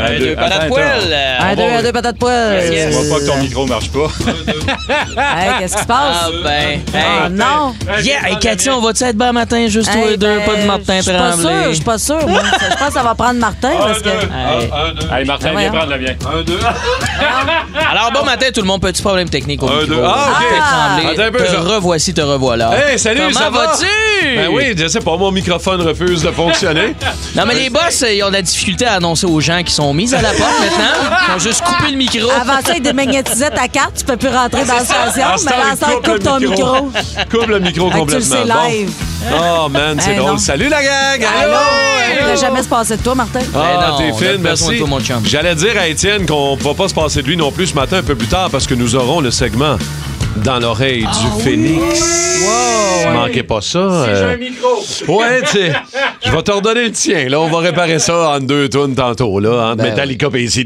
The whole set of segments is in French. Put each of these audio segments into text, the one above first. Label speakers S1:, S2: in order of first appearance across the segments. S1: Un, deux,
S2: Attends,
S1: patate
S2: attends.
S1: poêle!
S3: Ah,
S2: Un, deux, un, deux, patates poêles.
S1: Yes.
S3: Tu vois pas que ton micro marche pas.
S2: Hey, qu'est-ce qui se
S1: Ah
S2: passe?
S1: ben,
S2: Ah
S1: hey.
S2: non!
S1: Yeah, hey, Cathy, on va-tu être bon matin juste tous
S2: Hey,
S1: les deux,
S2: ben,
S1: pas de Martin
S2: Je suis pas
S1: Tremblay?
S2: sûr, je suis pas sûr. moi. Je pense que ça va prendre Martin parce que.
S1: Hey.
S3: Allez, Martin,
S2: Ben
S3: viens
S2: voyons.
S3: prendre le bien.
S1: Alors bon matin tout le monde, petit problème technique au
S3: Un,
S1: micro.
S3: deux.
S2: ok.
S3: Ah,
S1: Martin
S2: Ah.
S1: Tremblay,
S3: Attends un peu,
S1: te
S3: je-
S1: revoici, te revoilà.
S3: Hey, salut,
S1: Comment
S3: ça va?
S1: vas-tu?
S3: Ben oui, je sais pas, mon microphone refuse de fonctionner.
S1: Non, mais les boss, euh, ils ont de la difficulté à annoncer aux gens qui sont mis à la porte maintenant. Ils ont juste coupé le micro.
S2: Avant ça, il démagnétisait ta carte, tu peux plus rentrer dans la station,
S3: En ce
S2: mais
S3: temps,
S2: là,
S3: Ah, il
S2: ça il Ben, coupe ton
S3: le
S2: micro.
S3: Coupe le micro
S2: Fait que tu le sais
S3: complètement. Bon.
S2: live.
S3: Oh man, c'est
S2: Hey, non.
S3: drôle. Salut la gang!
S2: Allô?
S3: Allô?
S2: Il va jamais se passer de toi, Martin.
S3: Ah,
S1: Ben
S3: t'es
S1: non, on a
S3: fine,
S1: besoin de
S3: merci.
S1: toi, mon chum.
S3: J'allais dire à Étienne qu'on va pas se passer de lui non plus ce matin un peu plus tard parce que nous aurons le segment dans l'oreille
S1: Ah
S3: du phénix. Manquez pas ça. euh. Ouais, tu sais, je vais te redonner le tien. Là, on va réparer ça en deux tunes tantôt, là, entre
S1: Ben
S3: Metallica et ACDC.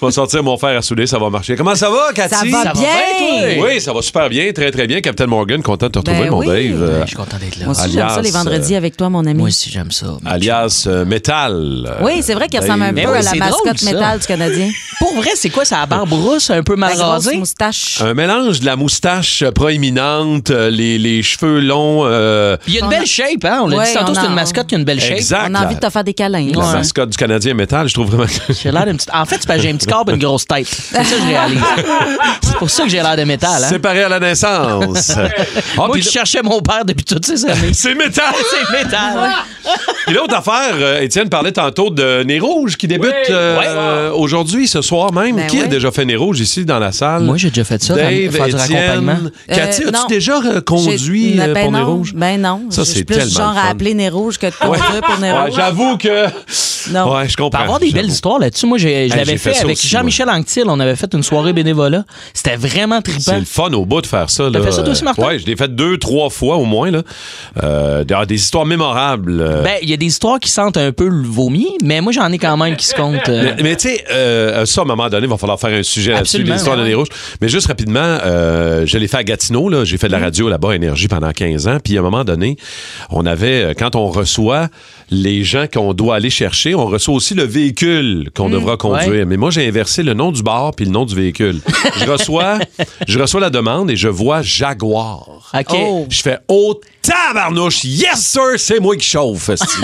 S3: je vais sortir mon fer à souder, ça va marcher. Comment ça va,
S2: Ça
S3: Cathy?
S2: va bien!
S3: Oui, ça va super bien, très très bien. Captain Morgan, content de te retrouver,
S2: Ben
S3: mon
S2: oui.
S3: Dave. euh,
S1: Je suis content d'être là.
S2: Moi aussi, j'aime ça les
S3: Alias, euh,
S2: vendredis avec toi, mon ami.
S1: Moi aussi, j'aime ça.
S3: alias euh, Metal. Ben euh,
S2: Oui, c'est vrai qu'il ressemble un
S1: Mais
S2: peu
S1: oui,
S2: à la
S1: c'est
S2: mascotte
S1: drôle, ça.
S2: métal du Canadien.
S1: Pour vrai, c'est quoi ça? La barbe rousse, un peu mal
S2: La grosse
S1: rasée?
S2: moustache.
S3: Un mélange de la moustache euh, proéminente, euh, les, les cheveux longs. euh,
S1: Il y a une belle shape, hein? On l'a
S2: Ouais,
S1: dit tantôt,
S2: on
S1: c'est une
S2: en-
S1: mascotte qui a une belle shape.
S3: exact.
S2: On a envie de
S3: la,
S2: te faire des câlins.
S3: la
S2: là.
S3: mascotte du Canadien métal, je trouve vraiment que
S1: J'ai l'air d'une petite. En fait, c'est parce que j'ai un petit corps et une grosse tête. C'est ça que je réalise. C'est pour ça que j'ai l'air de métal. Hein?
S3: séparé à la naissance. Ah,
S1: Moi,
S3: puis
S1: je
S3: là-
S1: cherchais mon père depuis toutes ces années.
S3: c'est métal!
S1: C'est métal.
S3: Puis l'autre affaire, euh, Étienne parlait tantôt de Nez Rouge qui débute euh,
S1: Ouais.
S3: euh, aujourd'hui, ce soir même.
S2: Ben
S3: qui a
S2: ouais.
S3: déjà fait Nez Rouge ici dans la salle?
S1: Moi, j'ai déjà fait ça,
S3: Dave,
S1: faire du
S3: Étienne,
S1: raccompagnement.
S3: Cathy,
S2: Euh, non.
S3: as-tu déjà euh,
S2: J'ai-
S3: conduit euh,
S2: ben
S3: pour
S2: non,
S3: Nez Rouge?
S2: Ben non.
S3: Ça,
S2: Je suis
S3: c'est
S2: plus
S3: tellement
S2: genre
S3: le fun.
S2: à appeler Nez Rouge que de conduire pour Nez
S3: Ouais,
S2: Rouge.
S3: j'avoue que.
S2: Non.
S3: Ouais, je
S1: Pour
S3: comprends.
S1: avoir des belles
S3: j'avoue.
S1: histoires là-dessus, moi, j'ai- je
S3: Hey,
S1: l'avais
S3: j'ai
S1: fait,
S3: fait ça
S1: avec
S3: aussi,
S1: Jean-Michel Anctil. On avait fait une soirée bénévolat. C'était vraiment
S3: C'est
S1: trippant.
S3: le fun au bout de faire ça.
S1: Hein? T'as
S3: là.
S1: fait ça toi aussi, Martin?
S3: Oui, je l'ai fait deux, trois fois au moins. Là. Euh, des ah, des histoires mémorables. euh.
S1: Ben, il y a des histoires qui sentent un peu le vomi, mais moi, j'en ai quand même qui se comptent. euh,
S3: mais mais tu sais, euh, ça, à un moment donné, il va falloir faire un sujet là-dessus,
S1: Absolument,
S3: les histoires de
S1: ouais.
S3: Nez Rouge. Mais juste rapidement, euh, je l'ai fait à Gatineau. là. J'ai fait de
S1: Mm.
S3: la radio là-bas, à Énergie, pendant 15 ans. Puis à un moment donné, on avait, euh, quand on reçoit les gens qu'on doit aller chercher, on reçoit aussi le véhicule qu'on devra conduire.
S1: Mm, Ouais.
S3: Mais moi, j'ai inversé le nom du bar puis le nom du véhicule. je, reçois, je reçois la demande et je vois Jaguar.
S1: OK.
S2: Oh.
S3: Je fais oh tabarnouche, yes sir, c'est moi qui chauffe. esti.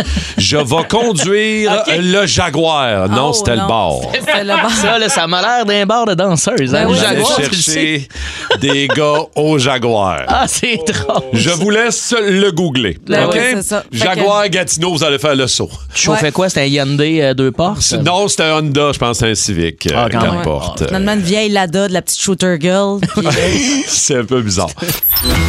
S3: Je vais conduire
S1: Ok.
S3: le Jaguar. non,
S2: Oh,
S3: c'était le
S2: non.
S3: bar.
S2: C'est le bar.
S1: Ça, là, ça m'a l'air d'un bar de danseuse. hein,
S2: Ben
S1: le
S2: oui.
S3: J'allais
S1: Jaguar, tu le sais.
S3: chercher Oh. des gars au Jaguar.
S1: Ah, c'est drôle.
S3: Je vous laisse le googler.
S2: Ben
S3: OK?
S2: oui, c'est ça. Fait
S3: Jaguar Gatineau, vous allez faire le saut.
S1: Tu chauffais
S2: Ouais.
S1: quoi? C'était un Hyundai euh, deux portes?
S3: C'est- Non, c'était un Honda, je pense, c'est un Civic. euh,
S1: Ah, quand même.
S3: Qu'importe.
S1: euh,
S2: Finalement, une vieille Lada de la petite shooter girl. Puis,
S3: c'est un peu bizarre.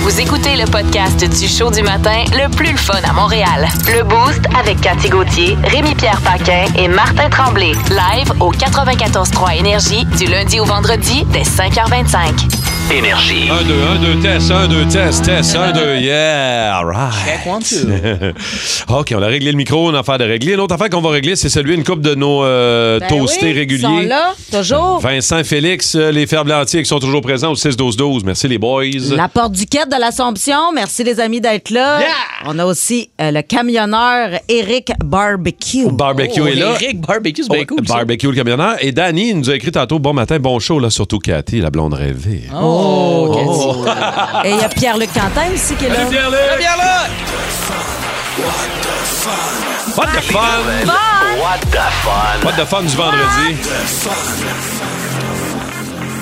S4: Vous écoutez le podcast du show du matin le plus le fun à Montréal. Le Boost avec Cathy Gauthier, Rémi-Pierre Paquin et Martin Tremblay. Live au 94.3 Énergie du lundi au vendredi dès 5h25.
S5: Énergie.
S3: Un, deux, un, deux, test, un, deux, test, test, un, deux, yeah, all right.
S1: Check one, two.
S3: OK, on a réglé le micro, une affaire de régler. L'autre affaire qu'on va régler, c'est celui, une coupe de nos euh,
S2: Ben
S3: toastés
S2: oui,
S3: réguliers.
S2: Ils sont là, toujours.
S3: Vincent, Félix, euh, les Fers Blantiers qui sont toujours présents au 6-12-12. Merci les boys.
S2: La porte du quai de l'Assomption. Merci, les amis, d'être là. On a aussi euh, le camionneur Eric Barbecue.
S3: Barbecue
S1: Oh,
S3: est là. Oh,
S1: Eric Barbecue, c'est
S2: ben
S1: bien cool. ça.
S3: Barbecue le camionneur. Et Danny nous a écrit tantôt Bon matin, bon show, là, surtout Cathy, la blonde rêvée.
S1: Oh, Cathy.
S2: Et il y a Pierre-Luc Quentin aussi qui est là.
S3: What the fun!
S5: What the fun?
S3: What the fun du vendredi.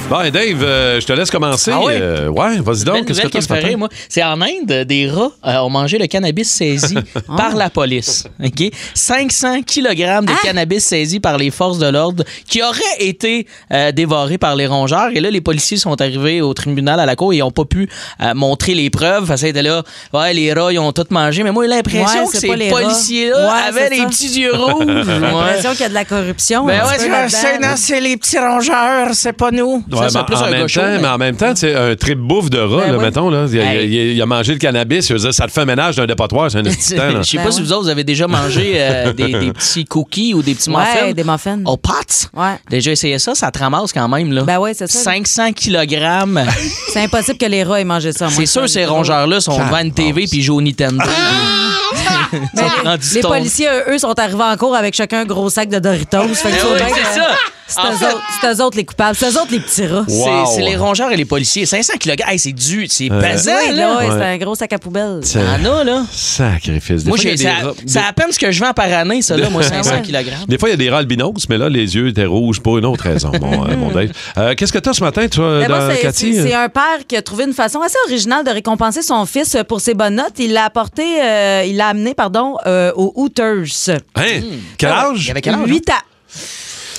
S3: Bon, et Dave, euh, je te laisse commencer.
S1: Ah oui?
S3: Euh, ouais, vas-y
S1: Belle
S3: donc. Qu'est-ce
S1: Ah,
S3: que
S1: nouvelle
S3: t'as
S1: qui me
S3: ce
S1: fait
S3: matin?
S1: rire, moi. C'est en Inde, des rats euh, ont mangé le cannabis saisi
S2: Ah.
S1: par la police. OK? 500 kg
S2: Ah!
S1: de cannabis saisi par les forces de l'ordre qui auraient été euh, dévorés par les rongeurs. Et là, les policiers sont arrivés au tribunal à la cour et ils n'ont pas pu euh, montrer les preuves. Parce qu'ils étaient là, ouais, les rats, ils ont tout mangé. Mais moi, j'ai l'impression
S2: Ouais,
S1: que
S2: c'est
S1: ces
S2: pas les
S1: policiers-là
S2: rats. Ouais,
S1: avaient
S2: c'est
S1: les
S2: ça.
S1: petits yeux rouges.
S2: J'ai
S1: Ouais.
S2: l'impression qu'il y a de la corruption.
S1: Ben
S2: un
S1: ouais,
S2: petit peu
S1: c'est-
S2: là-dedans,
S1: c'est-
S2: là.
S1: non, c'est les petits rongeurs, c'est pas nous.
S3: Ouais,
S1: Ça, c'est
S3: mais
S1: plus
S3: en,
S1: un
S3: même
S1: gars chaud,
S3: temps,
S1: mais-
S3: mais en même temps, tu sais, un trip bouffe de rat,
S1: Ben
S3: là,
S1: oui.
S3: mettons, là, il, a,
S1: Hey.
S3: il a- il a mangé le cannabis, je veux dire, ça te fait un ménage d'un dépotoir, c'est un petit temps. là.
S1: Je sais
S2: Ben
S1: pas si
S2: ouais.
S1: vous autres, vous avez déjà mangé euh, des, des petits cookies ou des petits muffins.
S2: Ouais, des muffins.
S1: Au pot.
S2: Ouais.
S1: Déjà essayé ça, ça te ramasse quand même, là.
S2: Ben ouais, c'est ça.
S1: 500 kilogrammes.
S2: C'est impossible que les rats aient mangé ça. moi,
S1: c'est
S2: je
S1: sûr,
S2: pense.
S1: ces rongeurs-là sont devant une TV puis ils jouent au Nintendo.
S3: Ah!
S2: Mais
S1: Ça prend du
S2: Ben, les
S1: stone.
S2: policiers, eux, eux, sont arrivés en cours avec chacun un gros sac de Doritos. Fait que
S1: Ben
S2: tu vois
S1: oui,
S2: bien
S1: c'est
S2: que
S1: ça.
S2: C'est
S1: En
S2: eux,
S1: fait-
S2: autres- c'est eux autres les coupables. C'est eux autres les petits rats.
S1: C'est-
S3: Wow.
S1: C'est les rongeurs et les policiers. 500 kilogrammes. Hey, c'est du, c'est pesant,
S2: Ouais, là,
S1: là.
S2: ouais,
S3: Ouais.
S2: c'est un gros sac à poubelle.
S3: C'est
S1: T'en as, là.
S3: Sacrifice. Des
S1: Moi,
S3: fois, il y a
S1: j'ai-
S3: des
S1: ça,
S3: rats-
S1: ça à peine ce que je vends par année, ça, là, moi, 500 kilogrammes.
S3: Ben Des fois, il y a des rats albinos, mais là, les yeux étaient rouges pour une autre raison, mon, euh, mon Dave. Euh, Qu'est-ce que t'as ce matin, toi,
S2: Mais Ben, moi,
S3: dans-
S2: c'est-
S3: Cathy? hein.
S2: c'est c'est un père qui a trouvé une façon assez originale de récompenser son fils pour ses bonnes notes. Il l'a apporté, euh, il l'a amené, pardon, euh, aux Hooters.
S3: Hein?
S1: Il
S3: Quel
S1: y
S3: âge?
S1: avait quel âge?
S2: 8 ans.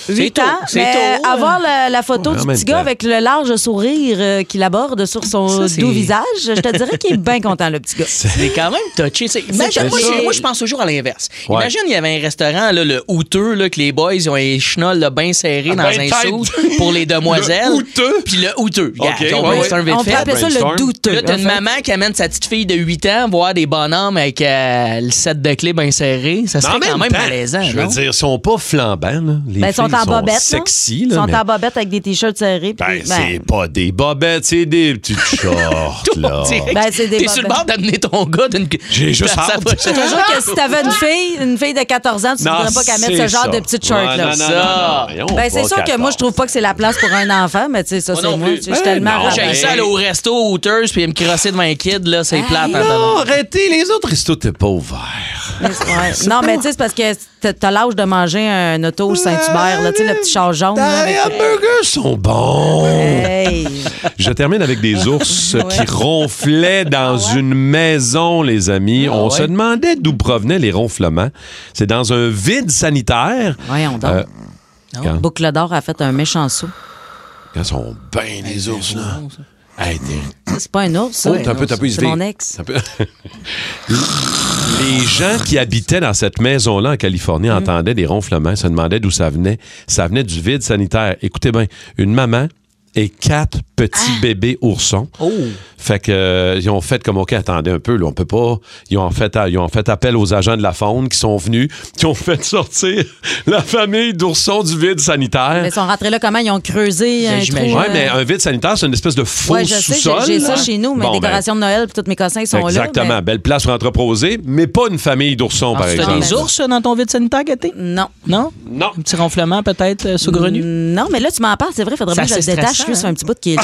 S2: Huit
S1: tôt,
S2: ans,
S1: c'est
S2: mais
S1: tôt, hein.
S2: avoir la, la photo
S3: Ouais, en
S2: du
S3: même
S2: petit gars
S3: temps.
S2: avec le large sourire euh, qu'il aborde sur son
S1: Ça, c'est-
S2: doux visage, je te dirais qu'il est bien content, le petit gars.
S1: C'est quand même touché. tu sais. Imagine, moi,
S2: touché.
S1: c'est- moi, je pense toujours à l'inverse.
S3: Ouais.
S1: Imagine, il y avait un restaurant, là, le houteux, là, que les boys ils ont les chenolles là, bien serrées dans
S3: ben,
S1: un
S3: tête.
S1: soude pour les demoiselles.
S3: Le houteux?
S1: Puis le houteux. Regarde,
S3: Ok,
S1: on
S3: ouais,
S1: peut-
S3: ouais.
S1: C'est un vite
S2: On peut
S1: fait.
S2: appeler ça
S3: Oh, brainstorm.
S2: le douteux.
S1: Là, t'as une
S2: en fait.
S1: maman qui amène sa petite fille de 8 ans voir des bonhommes avec euh, le set de clés bien serré. Ça
S3: Mais
S1: serait
S3: en
S1: quand même
S3: temps,
S1: malaisant,
S3: Je
S1: non?
S3: veux dire, ils sont pas flambants. Là. Les
S2: Ben, ils
S3: filles
S2: sont en bobette. là.
S3: sexy.
S2: Ils
S3: Là,
S2: sont
S3: mais-
S2: en bobette avec des t-shirts serrés. puis-
S3: Ben,
S2: ben,
S3: c'est pas des bobettes, c'est des petites shorts, là.
S1: On dirait
S2: Ben,
S1: que
S2: c'est des
S1: T'es sur le
S2: bobettes.
S1: bord d'amener ton gars d'une.
S3: oh. J'ai juste
S1: Ça
S3: hâte.
S1: va- ça va-
S2: ben, Je te jure que si t'avais une fille, une fille de 14 ans, tu
S3: Non,
S2: voudrais pas qu'elle mette ce
S3: c'est
S2: genre
S3: ça.
S2: de petite short là
S3: Ouais, non, non,
S1: Ça.
S3: non, non, Ah, voyons,
S2: Ben, c'est
S3: pas
S2: sûr que moi, je
S3: 14.
S2: trouve pas que c'est la place pour un enfant, mais tu sais, ça,
S1: Moi
S2: c'est
S1: non
S2: moi.
S1: plus.
S2: tu sais, Je suis tellement
S3: non,
S2: rabâche.
S1: J'ai ça aller au resto aux Hooters puis me crosser devant un kid, là, c'est
S2: Ah,
S1: plate. hein,
S3: Non,
S1: tabarnak.
S3: arrêtez, les autres restos t'es pas ouverts.
S2: Ouais. Non, mais tu sais, c'est parce que t'as- t'as l'âge de manger un auto au Saint-Hubert, là, tu sais, le petit char jaune. là,
S3: Ben, Les
S2: avec-
S3: hamburgers sont bons.
S2: Hey!
S3: Je termine avec des ours qui ronflaient dans une maison, les amis. On se demandait d'où provenaient les ronflements. C'est dans un vide sanitaire.
S2: Voyons donc. Ah
S3: Euh, quand-
S2: Boucle d'or a fait un méchant saut.
S3: Quand sont bien les ours, là. Hey, t'es-
S2: Ça, C'est pas un ours, ça.
S3: Oh, t'as un peu, t'as un peu, il se
S2: C'est mon
S3: vire.
S2: ex.
S3: T'as un peu- Les gens qui habitaient dans cette maison-là en Californie
S2: Mm.
S3: entendaient des ronflements, se demandaient d'où ça venait. Ça venait du vide sanitaire. Écoutez bien, une maman et quatre petits
S2: Ah!
S3: bébés oursons.
S2: Oh!
S3: Fait que euh, ils ont fait comme OK, attendez un peu, là, on peut pas. Ils ont fait, ils ont fait appel aux agents de la faune qui sont venus, qui ont fait sortir la famille d'oursons du vide sanitaire.
S2: Mais ils sont rentrés là comment? Ils ont creusé un trou.
S1: Ben, j'imagine.
S3: Oui,
S2: euh,
S3: mais un vide sanitaire, c'est une espèce de faux
S2: ouais, je sais, j'ai-
S3: sous-sol.
S2: j'ai ça
S3: là.
S2: chez nous, mes
S3: Bon, ben,
S2: décorations de Noël, puis tous mes cossins ils sont là.
S3: Exactement.
S2: mais-
S3: Belle place pour entreposer, mais pas une famille d'oursons, par
S1: Tu
S3: exemple.
S1: as des ours euh, dans ton vide sanitaire, Gaté?
S2: Non.
S1: Non?
S3: Non.
S1: Un petit ronflement, peut-être, euh, sous-grenu?
S2: Non, mais là, tu m'en parles, c'est vrai, faudrait
S1: Ça,
S2: bien que je le
S1: c'est
S2: détache.
S1: stressant, hein.
S2: Je suis sur un petit bout qui est.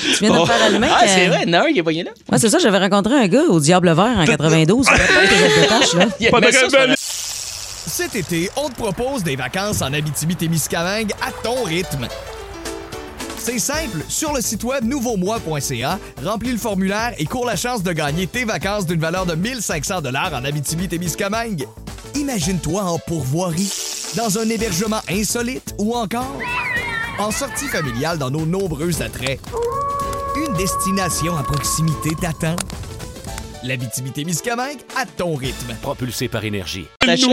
S2: Tu viens de me faire allumer.
S1: Ah, c'est
S2: euh,
S1: vrai, il y en a un qui est pogné là.
S2: Ouais, c'est ça, j'avais rencontré un gars au Diable Vert en 92. Faudrait peut-être que je le détache, là.
S1: Il y a-
S3: Pas de
S1: mais ça, c'est
S3: rebelle.
S6: Cet été, on te propose des vacances en Abitibi-Témiscamingue à ton rythme. C'est simple, sur le site web nouveaumois.ca, remplis le formulaire et cours la chance de gagner tes vacances d'une valeur de 1500 dollars en Abitibi-Témiscamingue. Imagine-toi en pourvoirie, dans un hébergement insolite ou encore en sortie familiale dans nos nombreux attraits. Une destination à proximité t'attend. L'Abitibi-Témiscamingue à ton rythme.
S5: Propulsé par énergie.
S1: attaché.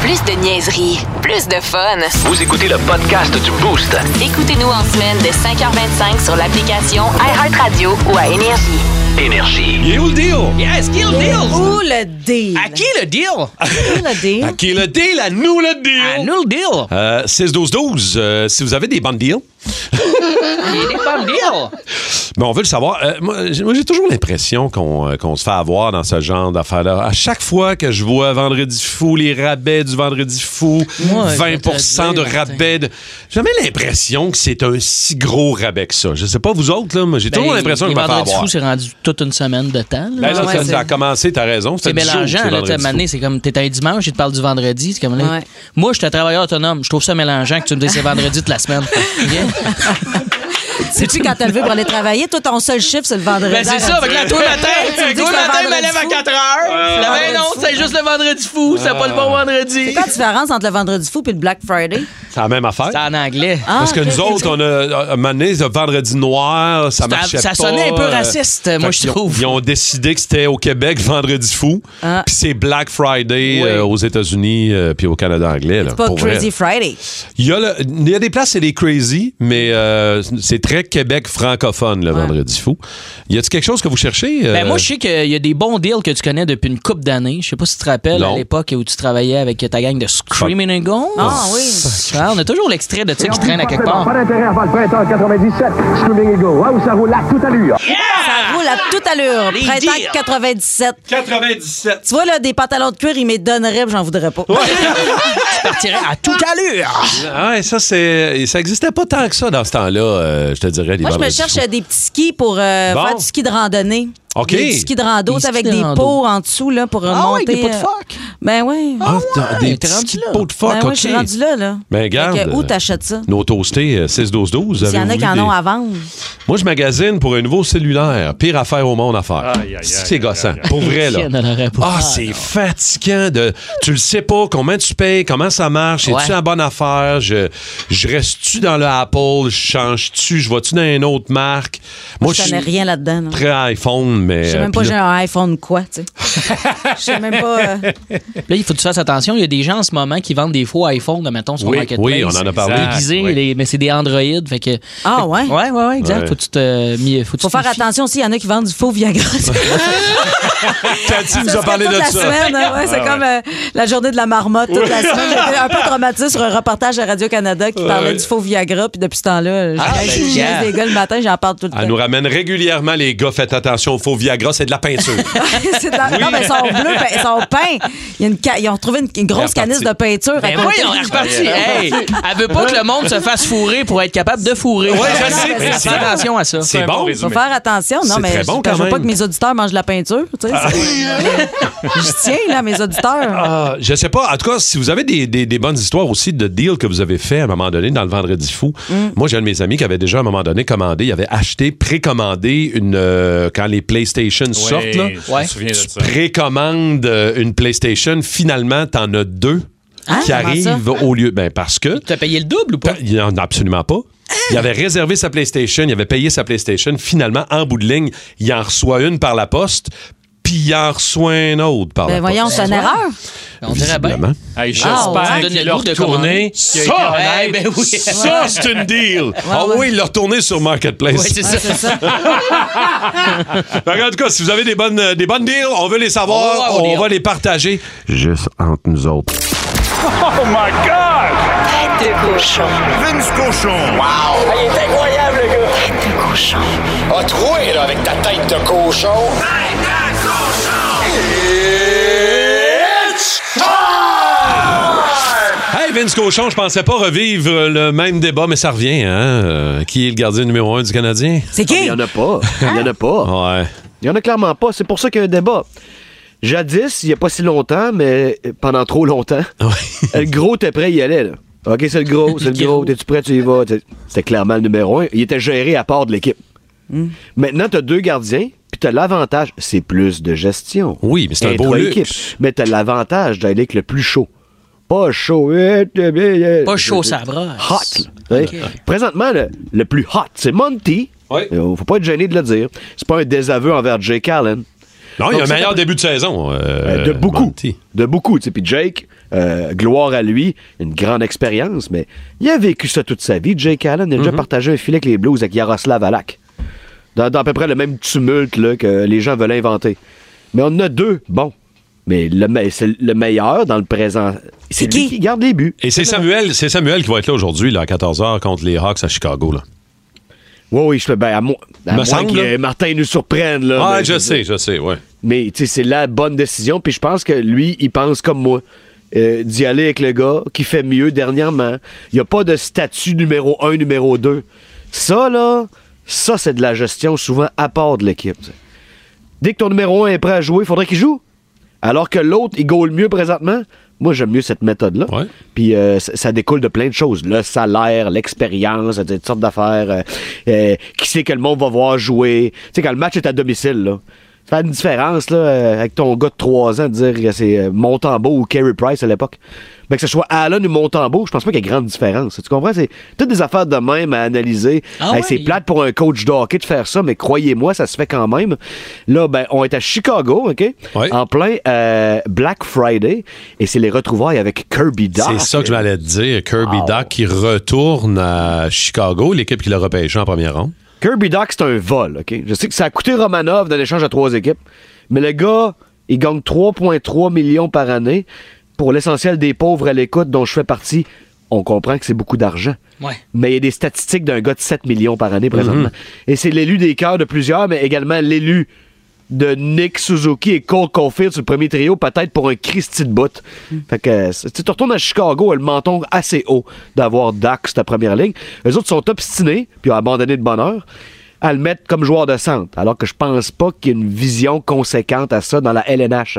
S4: Plus de niaiserie, plus de fun.
S5: Vous écoutez le podcast du Boost.
S4: Écoutez-nous en semaine de 5h25 sur l'application iHeartRadio ou à Énergie.
S5: Énergie.
S3: Il est où le deal?
S1: Yes, kill deal!
S2: Où le deal?
S1: À qui le deal?
S2: Où le
S3: À
S2: deal?
S3: qui le deal? À nous le
S1: À
S3: deal!
S1: nous le deal!
S3: Euh, 6-12-12, euh, si vous avez des bons deals,
S1: Il est pas deal.
S3: Mais on veut le savoir. Euh, moi, j'ai moi, j'ai toujours l'impression qu'on euh, qu'on se fait avoir dans ce genre d'affaires-là. À chaque fois que je vois Vendredi fou, les rabais du Vendredi fou,
S1: Moi, je vais te
S3: 20
S1: le
S3: de
S1: dire,
S3: rabais, de... j'ai jamais l'impression que c'est un si gros rabais que ça. Je sais pas vous autres, là, mais j'ai toujours
S1: Ben,
S3: l'impression que
S1: les
S3: je me fais
S1: Vendredis
S3: avoir.
S1: fous, c'est rendu toute une semaine de temps. là.
S3: Ben là,
S2: Ouais,
S3: ça,
S2: c'est-
S3: ça a commencé, t'as raison.
S1: Ah C'est
S3: c'était du jour que
S1: mélangeant,
S3: c'est
S1: là, tu sais, à un moment
S3: Vendredi fou.
S1: donné, c'est comme t'es un dimanche, il te parle du vendredi. C'est comme là,
S2: Ouais.
S1: Moi, je suis un travailleur autonome. Je trouve ça mélangeant que tu me dises c'est vendredi toute la semaine. Ok?
S2: Sais-tu quand t'as levé pour aller travailler? Toi, ton seul chiffre, c'est le vendredi.
S1: Ben, c'est ça, fait que là, toi, le matin,
S2: Tu me dis
S1: toi, le
S2: que c'est un
S1: matin, je me
S2: vendredi
S1: lève à
S2: fou.
S1: 4 heures. La veille,
S2: Vendredi
S1: non,
S2: fou.
S1: c'est Ah. juste le vendredi fou, c'est pas le bon vendredi.
S2: Quelle différence entre le vendredi fou et le Black Friday?
S3: C'est la même affaire.
S1: C'est en anglais.
S2: Ah,
S3: Parce que
S2: ok,
S3: nous
S2: ok,
S3: autres, on a, à un moment donné, le vendredi noir, ça
S1: C'était-
S3: marchait
S1: ça
S3: pas.
S1: sonnait un peu
S3: euh,
S1: raciste,
S3: fait
S1: moi, je
S3: qu'ils ont-
S1: trouve.
S3: Ils ont décidé que c'était au Québec, vendredi fou.
S2: Ah.
S3: Puis c'est Black Friday
S1: Oui.
S3: euh, aux États-Unis, euh, puis au Canada anglais. là,
S2: C'est pas
S3: pour vrai.
S2: Crazy Friday.
S3: Il y, a le- il y a des places, c'est des crazy, mais euh, c'est très Québec francophone, le vendredi fou. Y a-t-il quelque chose que vous cherchez? euh?
S1: Ben moi, je sais qu'il y a des bons deals que tu connais depuis une couple d'années. Je sais pas si tu te rappelles
S3: Non.
S1: à l'époque où tu travaillais avec ta gang de Screaming and Guns.
S2: Ah oui.
S1: Ah, on a toujours l'extrait de ça qui traîne à quelque part.
S7: Pas d'intérêt avant le printemps 97. Screaming Eagle, hein, où ça roule à toute allure.
S2: Ça roule à toute allure.
S1: Les
S2: Printemps
S1: deals.
S2: 97.
S3: 97.
S2: Tu vois, là, des pantalons de cuir, ils me donneraient, puis j'en voudrais pas.
S1: Tu partirais à toute allure.
S3: Ah, ouais, ça, c'est, ça existait pas tant que ça dans ce temps-là, euh, je te dirais. Les
S2: Moi, je me
S3: vendredis
S2: cherche
S3: fous.
S2: euh, des petits skis pour euh,
S3: Bon.
S2: faire du ski de randonnée.
S3: OK.
S2: Des petits skis de rando
S1: Des
S2: tu sais, avec
S1: skis de
S2: des
S1: rando.
S2: pots en dessous là, pour
S1: Ah ouais,
S2: remonter.
S1: avec des pots de
S2: euh,
S1: phoque.
S2: Ben oui.
S3: Ah, t'as des
S1: t'es
S3: petits
S1: rendu là.
S3: pots de fuck,
S2: ben oui,
S3: OK.
S2: je suis rendu là. là.
S3: Ben,
S2: Fait que,
S3: garde.
S2: où t'achètes ça?
S3: Nos toastés, euh, 6-12-12.
S2: S'il y en a
S3: avez-vous
S2: qui en
S3: eu
S2: ont
S3: des-
S2: à vendre.
S3: Moi, je magasine pour un nouveau cellulaire. Pire affaire au monde à faire. C'est gossant. Pour vrai, là.
S1: Tiens, on aurait pas.
S3: Ah, c'est fatigant de. Tu le sais pas, combien tu payes, comment ça marche,
S1: Ouais.
S3: es-tu en bonne affaire, je, je reste-tu dans le Apple, je change-tu, je vais-tu dans une autre marque. Moi,
S2: je connais rien là-dedans. non.
S3: très iPhone, mais.
S2: Je sais
S3: euh,
S2: même pas
S3: puis
S2: j'ai
S3: là-
S2: un iPhone quoi, tu sais. Je sais même pas. euh,
S1: Là, il faut que tu fasses attention. Il y a des gens en ce moment qui vendent des faux iPhones, mettons, sur
S3: Oui,
S1: Marketplace.
S3: oui, on en a parlé.
S1: Déguisés,
S3: Oui.
S1: les- mais c'est des Android. Fait que,
S2: Ah,
S1: fait que-
S2: ouais?
S1: Ouais, ouais, ouais, exact.
S3: Ouais.
S1: Faut que tu te. mi- Faut, que tu
S2: Faut
S1: te
S2: faire
S1: fies.
S2: attention aussi, il y en a qui vendent du faux Viagra.
S3: Cathy nous
S2: Ça
S3: a
S2: se
S3: parlé
S2: fait
S3: de
S2: toute la
S3: ça. Ah
S2: semaine, hein, ouais, c'est comme euh, la journée de la marmotte toute la semaine. J'étais un peu traumatisée sur un reportage à Radio-Canada qui parlait
S3: ouais.
S2: du faux Viagra. Puis depuis ce temps-là, je
S1: Ah,
S2: je-
S1: ben,
S2: je
S1: yeah.
S2: laisse des gars le matin, j'en parle tout le
S3: Elle nous
S2: temps.
S3: ramène régulièrement, les gars, faites attention au faux Viagra, c'est de la peinture.
S2: C'est de la- Non, mais ils sont bleus, ben, ils sont peints. Il y a une ca- Ils ont trouvé une, une grosse
S3: Elle est
S2: canisse de peinture. à
S1: Ben
S2: côté.
S1: voyons, elle est repartie. Hey, elle veut pas que le monde se fasse fourrer pour être capable de fourrer.
S3: Ouais,
S2: je sais, mais
S1: Fais
S2: c'est-
S1: attention à ça.
S3: c'est bon.
S2: Faut faire attention. Non,
S3: C'est
S2: mais
S3: très
S2: je
S3: bon,
S2: ben,
S3: quand
S2: je veux pas
S3: même.
S2: que mes auditeurs mangent de la peinture. tu sais, c'est- Je tiens, là, à mes auditeurs.
S3: Ah, je sais pas. En tout cas, si vous avez des, des- des bonnes histoires aussi de deals que vous avez fait à un moment donné dans le Vendredi fou, moi, j'ai un de mes amis qui avait déjà à un moment donné commandé, il avait acheté, précommandé une. euh, quand les PlayStation sortent, là,
S2: Eh,
S1: Ouais.
S3: tu précommandes euh, une PlayStation, finalement, t'en as deux
S2: Hein?
S3: qui
S2: Comment ça?
S3: arrivent au lieu. Ben, parce que.
S1: Tu as payé le double ou pas?
S2: Ben,
S3: Il n'y en a absolument pas. Il avait réservé sa PlayStation, il avait payé sa PlayStation. Finalement, en bout de ligne, il en reçoit une par la poste, puis il en reçoit un autre par
S2: Ben
S3: la
S2: voyons,
S3: poste.
S2: c'est une erreur.
S1: On dirait bien.
S3: Visiblement.
S8: Hey,
S2: Ah, ouais. Ça
S8: J'espère
S1: donne
S8: qu'il
S1: le
S8: a
S1: goût de
S8: retourné.
S1: commander.
S8: qu'il a été
S3: Ça,
S8: honnête.
S1: Ouais, ben oui.
S3: Ça, c'est une deal. Ah oui, il l'a retourné sur Marketplace.
S1: Ouais, c'est ça.
S3: Fait que, en tout cas, si vous avez des bonnes, euh, des bonnes deals, on veut les
S1: On veut
S3: savoir, on,
S1: voir vos
S3: va
S1: deals.
S3: les partager. Juste entre nous autres.
S9: Tête de cochon.
S10: Oh Vince Cochon.
S9: Ah, il est incroyable, le gars. Tête de cochon. A troué, là, avec ta tête de cochon. Tête de cochon! It's time!
S3: Hey, Vince Cochon, je pensais pas revivre euh, le même débat, mais ça revient. Hein? Euh, qui est le gardien numéro un du Canadien?
S2: C'est qui?
S11: Il n'y en a pas. Il n'y en a pas.
S3: Ouais.
S11: Il n'y en a clairement pas. C'est pour ça qu'il y a un débat. Jadis, il n'y a pas si longtemps, mais pendant trop longtemps, le gros t'es prêt, il y allait. Là. OK, c'est le gros, c'est le gros. T'es-tu prêt, tu y vas? T'sais, C'était clairement le numéro un. Il était géré à part de l'équipe.
S2: Hmm.
S11: Maintenant, t'as deux gardiens, puis t'as l'avantage. C'est plus de gestion.
S3: Oui, mais c'est un beau
S11: Intra-équipe.
S3: luxe.
S11: Mais t'as l'avantage d'aller avec le plus chaud. Pas chaud. eh, eh, eh, eh.
S1: Pas chaud, ça brasse.
S11: Hot. là.
S1: Ok.
S11: Présentement, le, le plus hot, c'est Monty.
S3: Ouais.
S11: Euh, faut pas être gêné de le dire. C'est pas un désaveu envers Jake Allen.
S3: Non, il y a un
S11: Donc, c'est
S3: meilleur
S11: pas-
S3: début de saison. euh,
S11: Euh, de beaucoup.
S3: Monty.
S11: De beaucoup. tu sais. Puis Jake, euh, gloire à lui, une grande expérience, mais il a vécu ça toute sa vie. Jake Allen il a déjà
S12: Mhm.
S11: partagé un filet avec les Blues avec Yaroslav Alak. Dans, dans à peu près le même tumulte là, que les gens veulent inventer. Mais on en a deux. Bon. Mais le, me- c'est le meilleur dans le présent. C'est lui
S2: qui?
S11: qui garde les buts.
S3: Et c'est Samuel, c'est Samuel qui va être là aujourd'hui là, à 14h contre les Hawks à Chicago. Là.
S11: Oui, oui, je fais. Ben, à, mo- à
S3: Me
S11: moins
S3: semble,
S11: que
S3: là.
S11: euh, Martin nous surprenne, là.
S3: Ah,
S11: mais
S3: je sais, je sais, ouais.
S11: Mais, tu sais, c'est la bonne décision. Puis je pense que lui, il pense comme moi. Euh, D'y aller avec le gars qui fait mieux dernièrement. Il n'y a pas de statut numéro 1, numéro 2. Ça, là, ça, c'est de la gestion souvent à part de l'équipe. tu sais. Dès que ton numéro 1 est prêt à jouer, il faudrait qu'il joue. Alors que l'autre, il goal mieux présentement. Moi, j'aime mieux cette méthode-là.
S3: Ouais.
S11: Puis euh, ça, ça découle de plein de choses. Le salaire, l'expérience, des toutes sortes d'affaires. euh, euh, qui c'est que le monde va voir jouer. Tu sais, quand le match est à domicile, là. Ça fait une différence là, euh, avec ton gars de 3 ans de dire que c'est euh, Montembeau ou Carey Price à l'époque. Mais que ce soit Allen ou Montembeau, je pense pas qu'il y ait grande différence. Tu comprends? C'est toutes des affaires de même à analyser.
S1: Ah ouais?
S11: C'est plate pour un coach de hockey de faire ça, mais croyez-moi, ça se fait quand même. Là, ben, on est à Chicago, OK?
S3: Ouais.
S11: En plein euh, Black Friday, et c'est les retrouvailles avec Kirby Doc.
S3: C'est ça que je m'allais te dire. Kirby
S1: Ah,
S11: Wow.
S3: Doc qui retourne à Chicago, l'équipe qui l'a repêché en première ronde.
S11: Kirby Doc, c'est un vol, OK? Je sais que ça a coûté Romanov d'un échange à trois équipes, mais le gars, il gagne 3,3 millions par année. Pour l'essentiel des pauvres à l'écoute dont je fais partie, on comprend que c'est beaucoup d'argent.
S1: Ouais.
S11: Mais il y a des statistiques d'un gars de 7 millions par année
S3: Mhm.
S11: présentement. Et c'est l'élu des cœurs de plusieurs, mais également l'élu de Nick Suzuki et Cole Caulfield sur le premier trio, peut-être pour un Christy de bout.
S3: Mhm.
S11: Fait que, c'est- tu te retournes à Chicago, le menton assez haut d'avoir Dak sur ta première ligne. Les autres sont obstinés, puis ont abandonné de bonheur, à le mettre comme joueur de centre, alors que je pense pas qu'il y ait une vision conséquente à ça dans la LNH.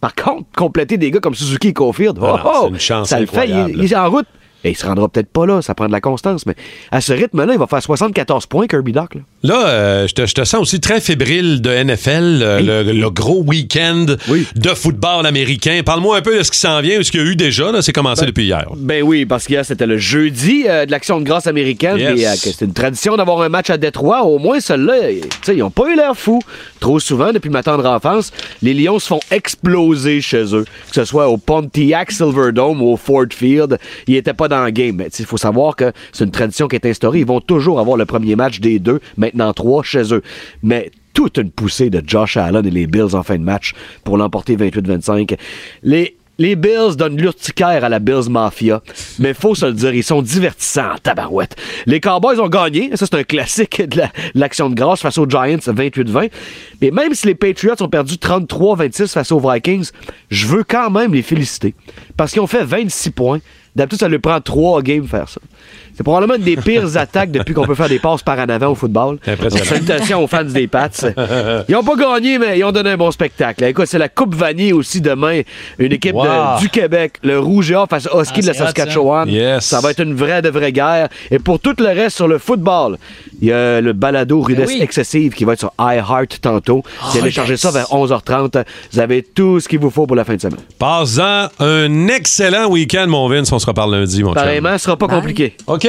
S11: Par contre, compléter des gars comme Suzuki et Caulfield,
S3: Ah non,
S11: oh, oh,
S3: c'est une chance
S11: ça le fait,
S3: incroyable.
S11: il- il est en route. Et il se rendra peut-être pas là, ça prend de la constance, mais à ce rythme-là, il va faire 74 points, Kirby Doc. là.
S3: Là, euh, je, te, je te sens aussi très fébrile de NFL, euh, le, le gros week-end
S11: Oui.
S3: de football américain. Parle-moi un peu de ce qui s'en vient, ou ce qu'il y a eu déjà. là. C'est commencé depuis hier.
S11: Ben oui, parce qu'hier, c'était le jeudi euh, de l'Action de grâce américaine.
S3: Yes.
S11: mais, euh, que c'est une tradition d'avoir un match à Détroit. Au moins, ceux-là, ils- tu sais, ils n'ont pas eu l'air fous. Trop souvent, depuis ma tendre enfance, les Lions se font exploser chez eux. Que ce soit au Pontiac Silverdome ou au Ford Field, ils n'étaient pas dans le game. Mais tu sais, il faut savoir que c'est une tradition qui est instaurée. Ils vont toujours avoir le premier match des deux, maintenant trois, chez eux. Mais toute une poussée de Josh Allen et les Bills en fin de match pour l'emporter 28-25. Les, les Bills donnent l'urticaire à la Bills Mafia, mais faut se le dire, ils sont divertissants en tabarouette. Les Cowboys ont gagné, ça c'est un classique de la- de l'action de grâce face aux Giants 28-20. Mais même si les Patriots ont perdu 33-26 face aux Vikings, je veux quand même les féliciter parce qu'ils ont fait 26 points. D'habitude, ça lui prend 3 games faire ça. C'est probablement une des pires attaques depuis qu'on peut faire des passes par en avant au football.
S3: Impressionnant.
S11: Donc, Salutations aux fans des Pats. Ils ont pas gagné, mais ils ont donné un bon spectacle. Écoute, c'est la Coupe Vanier aussi demain. Une équipe
S3: Wow.
S11: de- du Québec, le Rouge et Or face au Husky
S1: Ah,
S11: de la
S1: c'est hot, ça.
S11: Saskatchewan.
S3: Yes.
S11: Ça va être une vraie de vraie guerre. Et pour tout le reste sur le football, il y a le balado rudesse
S1: Ben oui. Ah,
S11: excessive qui va être sur iHeart tantôt. Téléchargez
S1: yes.
S11: ça vers 11h30. Vous avez tout ce qu'il vous faut pour la fin de semaine.
S3: Passe-en un excellent week-end, mon Vince. On se reparle lundi, mon chum.
S11: Pareillement, ce sera pas compliqué.
S3: OK.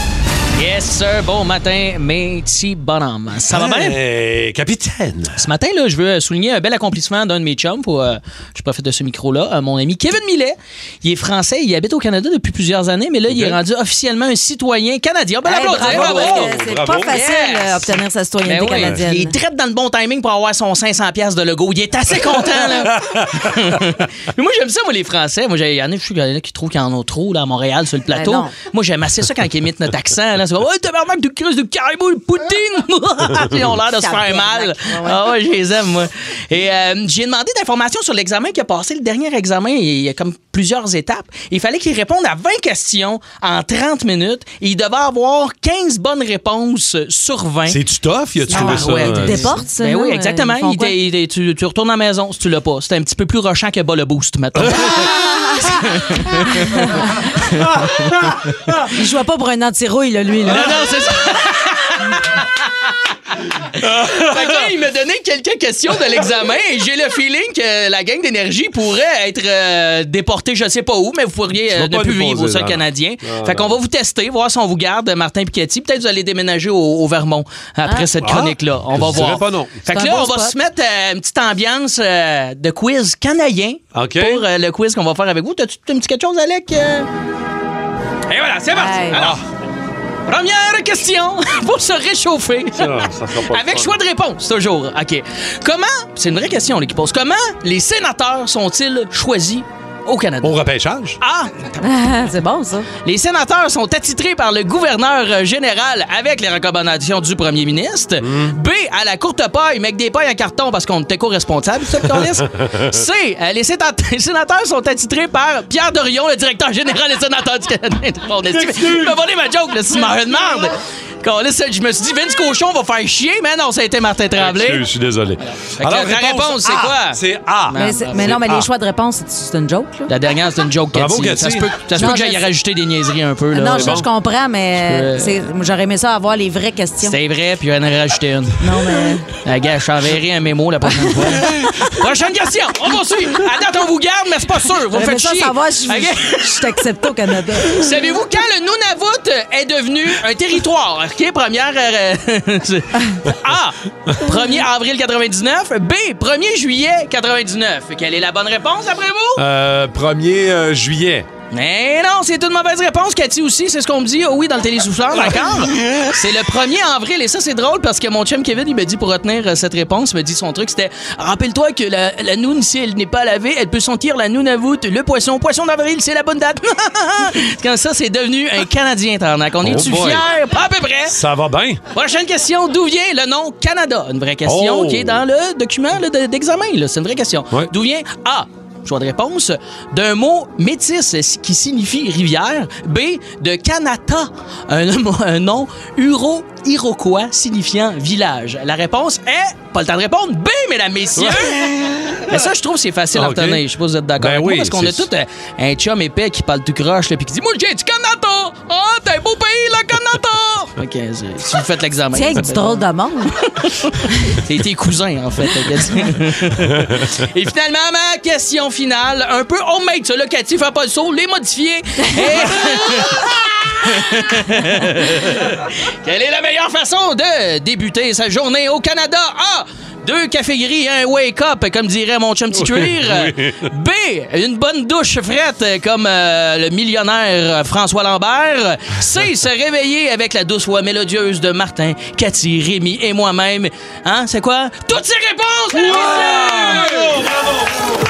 S1: Yes, sir. Bon matin, mes petits bonhommes. Ça va bien? Hein?
S3: Hey, capitaine.
S1: Ce matin, là, je veux souligner un bel accomplissement d'un de mes chums. Pour, euh, je profite de ce micro-là. euh, mon ami Kevin Millet. Il est français. Il habite au Canada depuis plusieurs années, mais là, il est rendu officiellement un citoyen canadien. Ben,
S2: Hey,
S1: l'applaudir,
S2: bravo,
S1: bravo!
S2: parce que c'est
S3: Bravo.
S2: pas facile
S1: Yes.
S2: euh, obtenir sa
S1: Ben
S2: citoyenneté
S1: oui,
S2: canadienne.
S1: Il est traite dans le bon timing pour avoir son 500$ piastres de logo. Il est assez content, là. Mais moi, j'aime ça, moi, les Français. Moi, j'ai- il y en a, je suis, il y en a qui trouvent qu'il y en a trop, là, à Montréal, sur le plateau.
S2: Ben non.
S1: moi, j'aime assez ça quand ils imitent notre accent, là. C'est comme, oh, tabarnak, du Christ, du caribou, de poutine. Puis ils ont l'air de se faire mal.
S2: Tabarnak, ouais, ouais.
S1: Ah ouais, je les aime, moi. Et euh, j'ai demandé d'informations sur l'examen qui a passé, le dernier examen. Il y a comme plusieurs étapes. Il fallait qu'il réponde à 20 questions en 30 minutes. Et il devait avoir 15 bonnes réponses sur 20.
S3: C'est-tu tough?
S2: Ah,
S3: Y a-tu
S2: bah
S3: trouvé ça?
S1: ouais,
S3: euh,
S2: Ils déportent, ça.
S1: Ben
S2: là,
S1: oui,
S2: euh,
S1: exactement.
S2: ils font
S1: Il
S2: quoi?
S1: était- il était- tu, tu retournes à la maison si tu l'as pas. C'était un petit peu plus rochant que bas le boost maintenant.
S2: Il jouait pas pour un anti-rouille, là, lui.
S1: non,
S2: Là.
S1: non, c'est ça. Fait que là, il m'a donné quelques questions de l'examen et j'ai le feeling que la gang d'énergie pourrait être euh, déportée je sais pas où, mais vous pourriez euh,
S3: vas
S1: ne
S3: pas
S1: plus
S3: nous
S1: vivre au
S3: poser,
S1: sol
S3: non.
S1: canadien. fait
S3: non.
S1: qu'on va vous tester, voir si on vous garde, Martin Piketty. Peut-être vous allez déménager au, au Vermont après cette chronique-là. On
S3: Je
S1: va
S3: dirais
S1: voir.
S3: pas non.
S1: Fait que
S2: C'est
S1: là,
S2: un bon
S1: on va
S2: spot.
S1: se mettre euh, une petite ambiance euh, de quiz canadien
S3: OK.
S1: pour euh, le quiz qu'on
S3: Ben,
S1: va faire avec vous. T'as-tu un petit quelque chose, Alec? Euh? Et voilà, c'est parti.
S2: Hey.
S1: Alors, Première question pour se réchauffer.
S3: Ça, ça sera pas le
S1: Avec
S3: fun.
S1: choix de réponse, toujours. OK. Comment, c'est une vraie question là, qui pose, comment les sénateurs sont-ils choisis au Canada?
S3: Au repêchage?
S1: Ah!
S2: C'est bon, ça.
S1: Les sénateurs sont attitrés par le gouverneur euh, général avec les recommandations du premier ministre. B, à la courte paille, mec des pailles en carton parce qu'on était co-responsable, c'est ça, ton liste? C, euh, les, sénat- les sénateurs sont attitrés par Pierre Dorion, le directeur général des sénateurs du Canada. On est tu m'as volé ma joke, là, si tu m'en demandes. Quand, là, ça, je me suis dit, Vince Cochon va faire chier, mais non, ça a été Martin Tremblay.
S3: Je suis désolé.
S1: que ta réponse, c'est
S3: A.
S1: quoi?
S3: C'est A.
S2: Mais, c'est- mais non, mais les choix de réponse, c'est- c'est une joke, là.
S1: La dernière, c'est une joke,
S3: Bravo,
S1: Cathy. Ça
S3: Cathy.
S1: se peut, ça se
S2: Non,
S1: peut que
S2: je
S1: j'aille
S2: sais.
S1: rajouter des niaiseries un peu. Là.
S2: non,
S1: C'est
S2: ça,
S1: bon.
S2: je comprends, mais
S1: Je peux-
S2: c'est- j'aurais aimé ça avoir les vraies questions.
S1: C'est vrai, puis il y en a rajouté une.
S2: Non, mais.
S1: La gars, je t'enverrai un mémo la prochaine fois. prochaine question! On poursuit! À date, on vous garde, mais c'est pas sûr. Vous me
S2: J'aimerais
S1: faites
S2: ça
S1: chier.
S2: savoir si je,
S1: OK?
S2: je t'accepte au Canada.
S1: Savez-vous quand le Nunavut est devenu un territoire? OK, première... euh, A, 1er avril 99. B, 1er juillet 99. Quelle est la bonne réponse, après vous?
S3: Euh, 1er euh, juillet.
S1: Mais non, c'est une mauvaise réponse, Cathy, aussi. C'est ce qu'on me dit, oh oui, dans le télésouffleur, d'accord? C'est le 1er avril, et ça, c'est drôle, parce que mon chum Kevin, il me dit, pour retenir euh, cette réponse, il me dit son truc, c'était « Rappelle-toi que la, la noune, si elle n'est pas lavée, elle peut sentir la noune à voûte, le poisson. Poisson d'avril, c'est la bonne date. » Quand ça, c'est devenu un Canadien, tarnac. On est-tu
S3: boy.
S1: fiers? Pas à peu près.
S3: Ça va bien?
S1: Prochaine question, d'où vient le nom Canada? Une vraie question
S3: Oh.
S1: qui est dans le document là, de- d'examen. là. C'est une vraie question.
S3: Ouais.
S1: D'où vient A, choix de réponse, d'un mot métis ce qui signifie rivière. B, de Kanata, un, nom- un nom Uro-Iroquois signifiant village. La réponse est, pas le temps de répondre, B, mesdames, messieurs. Mais ça, je trouve que c'est facile à
S3: Ah, Ok.
S1: retenir. Je sais pas si vous êtes d'accord
S3: Ben
S1: avec moi,
S3: oui,
S1: parce qu'on a
S3: c'est-
S1: tout euh, un chum épais qui parle tout croche, là, puis qui dit Moi, j'ai du Canada Ah, t'es un beau pays, le Canada Ok, c'est- si vous faites l'examen.
S2: Tiens, avec du drôle de monde.
S1: T'es tes cousins, en fait. t'inquiète. Et finalement, ma question finale, un peu homemade, ça, là, Cathy, fais pas le saut, les modifier. Et- Quelle est la meilleure façon de débuter sa journée au Canada? A. Deux cafés gris, un wake-up, comme dirait mon chum petit cuir. B. Une bonne douche frette, comme euh, le millionnaire euh, François Lambert. C. Se réveiller avec la douce voix mélodieuse de Martin, Cathy, Rémi et moi-même. Hein, c'est quoi? Toutes ces réponses, mesdames et messieurs!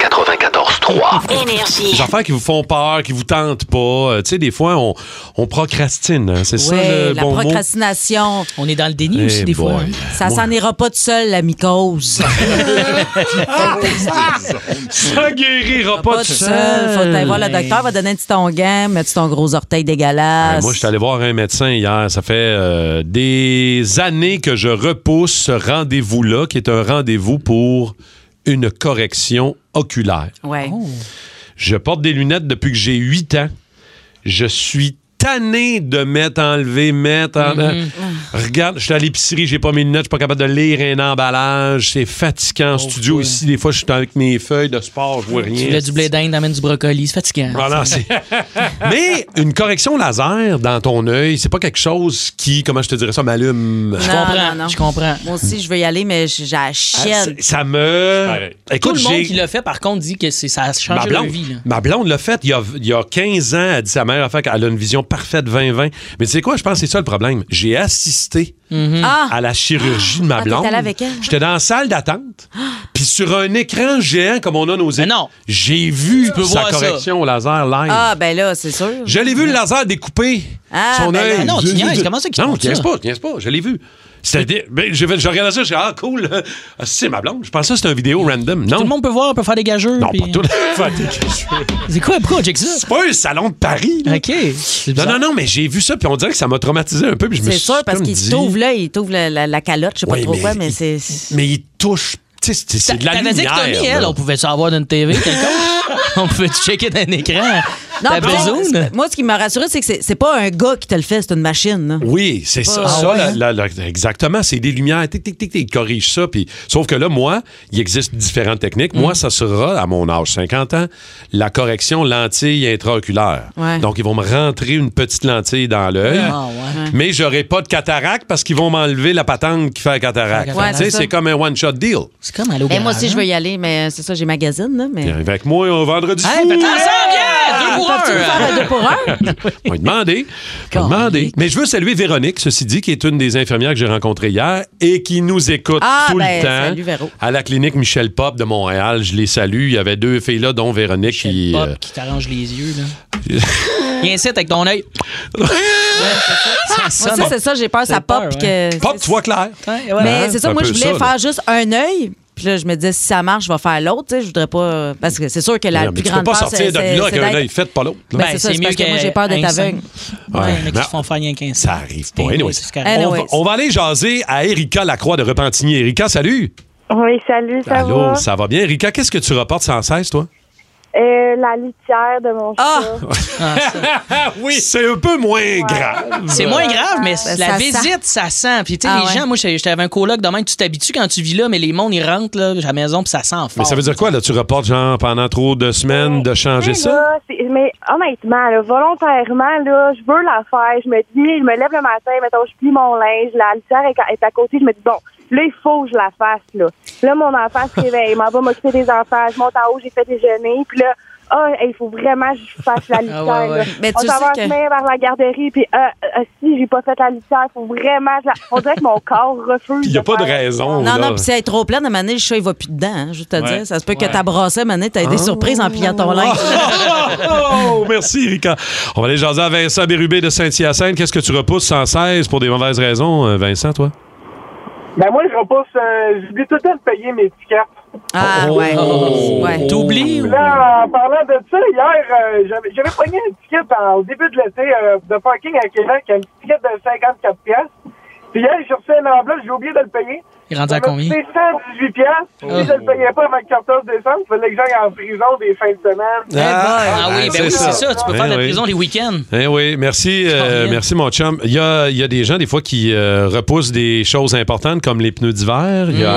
S5: 94.3.
S4: Énergie.
S3: Des affaires qui vous font peur, qui vous tentent pas. Euh, tu sais, des fois, on, on procrastine. hein. C'est ça
S2: Ouais,
S3: le
S2: la
S3: bon
S2: procrastination.
S1: On est dans le déni
S3: mot?
S1: aussi,
S3: Eh
S1: des fois. hein.
S3: boy.
S2: Ça s'en ira pas tout seul, la mycose.
S3: Ça guérira pas,
S2: pas
S3: tout
S2: tout seul. Faut aller voir le docteur, va donner un petit onguent, mettre sur ton gros orteil dégueulasse.
S3: Ben, moi, je suis allé voir un médecin hier. Ça fait euh, des années que je repousse ce rendez-vous-là, qui est un rendez-vous pour une correction oculaire.
S2: Ouais.
S3: Je porte des lunettes depuis que j'ai 8 ans. Je suis tanné de mettre enlever, mettre en...
S1: Mhm.
S3: Ah. Regarde, je suis à l'épicerie, j'ai pas mes lunettes, je suis pas capable de lire un emballage. C'est fatigant. En studio ici, des fois, je suis avec mes feuilles de sport, je vois rien.
S1: Oh, Tu voulais du blé d'Inde, amène du brocoli, c'est fatigant.
S3: Voilà, c'est- Mais une correction laser dans ton œil, c'est pas quelque chose qui, comment je te dirais ça, m'allume.
S1: Je
S2: Non,
S1: comprends,
S2: non, non.
S1: je comprends.
S2: Moi aussi, je veux y aller, mais j'ai j'ai
S3: Ah,
S2: la
S3: Ça,
S2: chienne.
S3: ça me.
S8: pareil.
S3: Écoute,
S1: Tout le monde qui
S3: j'ai.
S1: l'a fait, par contre, dit que c'est- ça a
S3: Ma
S1: changé leur
S3: blonde,
S1: vie. là.
S3: ma blonde l'a fait il y, a, il y a 15 ans. Elle dit sa mère a fait qu'elle a une vision parfaite 20-20. Mais tu sais quoi, je pense que c'est ça le problème. J'ai assisté
S1: Mm-hmm.
S2: Ah!
S3: à la chirurgie de ma
S2: Ah, t'es
S3: blonde.
S2: allée avec elle.
S3: J'étais dans la salle d'attente. Puis sur un écran géant comme on a nos
S1: Mais non.
S3: j'ai vu
S1: peux
S3: sa
S1: voir ça.
S3: correction au laser live.
S2: Ah, ben là, c'est sûr.
S3: Je l'ai vu le laser découper
S2: Ah,
S3: son
S2: ben
S3: œil.
S1: non, tu niaises, comment ça qu'ils
S3: Non,
S1: font
S3: tu niaises
S1: ça?
S3: pas, tu niaises pas, je l'ai vu. C'est-à-dire, ben, j'ai fait- j'ai regardé ça, j'ai dit, ah, cool, Ah, c'est ma blonde. Je pensais que c'était une vidéo random. Non,
S1: Tout le monde peut voir, peut hein. faire des gageux.
S3: non,
S1: puis-
S3: pas tout. le-
S1: C'est quoi un project ça?
S3: c'est pas un salon de Paris. là.
S1: OK. c'est
S3: Non,
S1: bizarre.
S3: non, non, mais j'ai vu ça, puis on dirait que ça m'a traumatisé un peu. puis je me
S2: C'est
S3: suis
S2: sûr, parce
S3: comme
S2: qu'il
S3: dit,
S2: t'ouvre là, il t'ouvre la, la- la calotte, je sais pas
S3: Ouais,
S2: trop
S3: mais
S2: quoi, mais
S3: il-
S2: c'est.
S3: Mais il touche. Tu sais, c'est- c'est de la
S1: Ta
S3: lumière.
S1: vasectomie,
S3: là.
S1: elle, on pouvait ça avoir d'une TV quelconque? on pouvait checker d'un écran? Ta
S2: puis moi,
S1: besogne?
S2: c'est- moi, ce qui m'a rassuré, c'est que c'est- c'est pas un gars qui te le fait, c'est une machine. là.
S3: Oui, c'est ça.
S2: Ah
S3: ça,
S2: ouais,
S3: la-
S2: hein?
S3: la- la- exactement. C'est des lumières. Tic, tic, tic, tic, ils corrigent ça. Puis, sauf que là, moi, il existe différentes techniques.
S2: Mm.
S3: Moi, ça sera, à mon âge, 50 ans, la correction lentille intraoculaire.
S2: Ouais.
S3: Donc, ils vont me rentrer une petite lentille dans l'œil.
S1: Ah, ouais.
S3: Mais j'aurai pas de cataracte parce qu'ils vont m'enlever la patente qui fait la cataracte.
S2: Ouais,
S3: Tu sais,
S2: c'est ça.
S3: c'est comme un one-shot deal.
S1: C'est comme à l'eau.
S3: hein?
S2: Ben, moi aussi, je veux y aller, mais c'est ça, j'ai magazine, là, mais.
S3: Avec moi, au vendredi
S1: Hey,
S3: fou.
S1: faites-en ensemble, yeah! Ah, deux pour
S2: Peux-tu me faire un deux pour un?
S3: On va lui demander. On va lui demander. Mais je veux saluer Véronique, ceci dit, qui est une des infirmières que j'ai rencontrées hier et qui nous écoute
S2: Ah,
S3: tout
S2: ben,
S3: le temps.
S2: salut, Véro.
S3: À la clinique Michel Pop de Montréal, je les salue. Il y avait deux filles là, dont Véronique qui.
S1: Pop
S3: euh,
S1: qui t'arrange les yeux, là. Viens ici avec ton œil. ça
S2: Moi,
S1: sonne. Ben,
S2: ça, c'est ça, j'ai peur, ça
S1: peur,
S2: pop.
S1: ouais.
S2: que...
S3: Pop, tu vois clair.
S1: Ouais, ouais.
S2: Mais
S3: Hein?
S2: c'est ça,
S3: Un
S2: moi,
S3: peu
S2: je voulais
S3: ça,
S2: faire
S3: là.
S2: juste un œil. Puis là, je me disais, si ça marche, je vais faire l'autre. tu sais, Je voudrais pas. Parce que c'est sûr que la
S3: mais
S2: plus
S3: tu
S2: grande
S3: peux pas
S2: peur,
S3: sortir
S2: c'est
S3: de
S2: c'est-
S3: là avec
S2: c'est
S3: un
S2: d'être-
S3: œil. Faites pas l'autre. là.
S2: Ben, c'est ça, c'est parce que moi, j'ai peur d'être
S1: un
S2: aveugle.
S1: simple. Ouais, il y en a qui
S3: mais-
S1: se font faire rien qu'un simple.
S3: Ben, Ça arrive pas.
S1: Ben oui,
S3: Anyway.
S1: c'est correct.
S2: Anyway.
S3: on, va, on va aller jaser à Erika Lacroix de Repentigny. Erika, salut.
S8: Oui, salut, ça
S3: Allô,
S8: va?
S3: ça va bien. Erika, qu'est-ce que tu reportes sans cesse, toi?
S8: Euh, la litière de mon
S2: Ah!
S8: chat.
S3: oui. C'est un peu moins grave.
S1: C'est moins grave, mais la
S2: Ben, ça
S1: visite, ça sent. Puis, tu sais,
S2: Ah
S1: les
S2: ouais.
S1: gens, moi, j'étais j'étais avec un coloc demain, tu t'habitues quand tu vis là, mais les mondes, ils rentrent là, à la maison, puis ça sent fort.
S3: Mais ça veut dire quoi, là? Tu reportes, genre, pendant trop de semaines de changer
S8: Mais
S3: ça?
S8: là, c'est- mais honnêtement, là, volontairement, là, je veux la faire. Je me dis, je me lève le matin, mettons, je plie mon linge, la litière est, est à côté, je me dis, bon, là, il faut que je la fasse, là. Là, mon enfant se réveille, il m'en va m'occuper des enfants, je monte en haut, j'ai fait déjeuner, puis là, ah, hey, il faut vraiment que je fasse la litière.
S1: Ah ouais, ouais.
S8: là.
S2: Mais
S8: On
S2: tu sais
S8: s'avance
S2: que-
S8: même vers la garderie, puis ah, ah, si j'ai pas fait la litière, faut vraiment. que je la- On dirait que mon corps refuse.
S3: Puis il y a pas de
S8: faire la
S3: raison.
S8: litière.
S2: Non,
S3: Oh là.
S2: non, puis si elle est trop pleine, à un moment donné, le chat, il va plus dedans, hein, je veux te dire. Ça se peut que
S1: Ouais.
S2: t'as brassé, à un moment donné, t'as
S3: Ah.
S2: eu des surprises en pliant ton linge.
S3: Oh, merci, Erika. On va aller jaser à Vincent Bérubé de Saint-Hyacinthe. Qu'est-ce que tu repousses sans cesse pour des mauvaises raisons, euh, Vincent, toi?
S10: Ben moi, je repousse. euh, J'oublie tout le temps de payer mes tickets.
S2: Ah,
S3: Oh.
S2: ouais. ouais.
S1: T'oublies? ou-
S10: Là, en parlant de ça, hier, euh, j'avais- j'avais pogné un ticket en- au début de l'été euh, de parking à Québec, un petit ticket de 54 pièces. Puis hier, j'ai reçu un enveloppe, j'ai oublié de le payer.
S1: Il est rendu à
S10: Ça m'a
S1: combien?
S10: coûté 118 pièces. Puis je
S13: Oh.
S10: ne le payais pas avant le 14 décembre. Il fallait que j'aille en prison des fins de
S11: Eh
S10: semaine.
S1: Ah oui, ben oui, c'est ça. Tu peux
S3: Ben
S1: faire de la
S3: oui.
S1: prison les week-ends.
S3: Eh oui, merci, euh,
S1: Rien.
S3: merci mon chum. Il y a, il y a des gens, des fois, qui euh, repoussent des choses importantes comme les pneus d'hiver. Il y
S1: Mm.
S3: a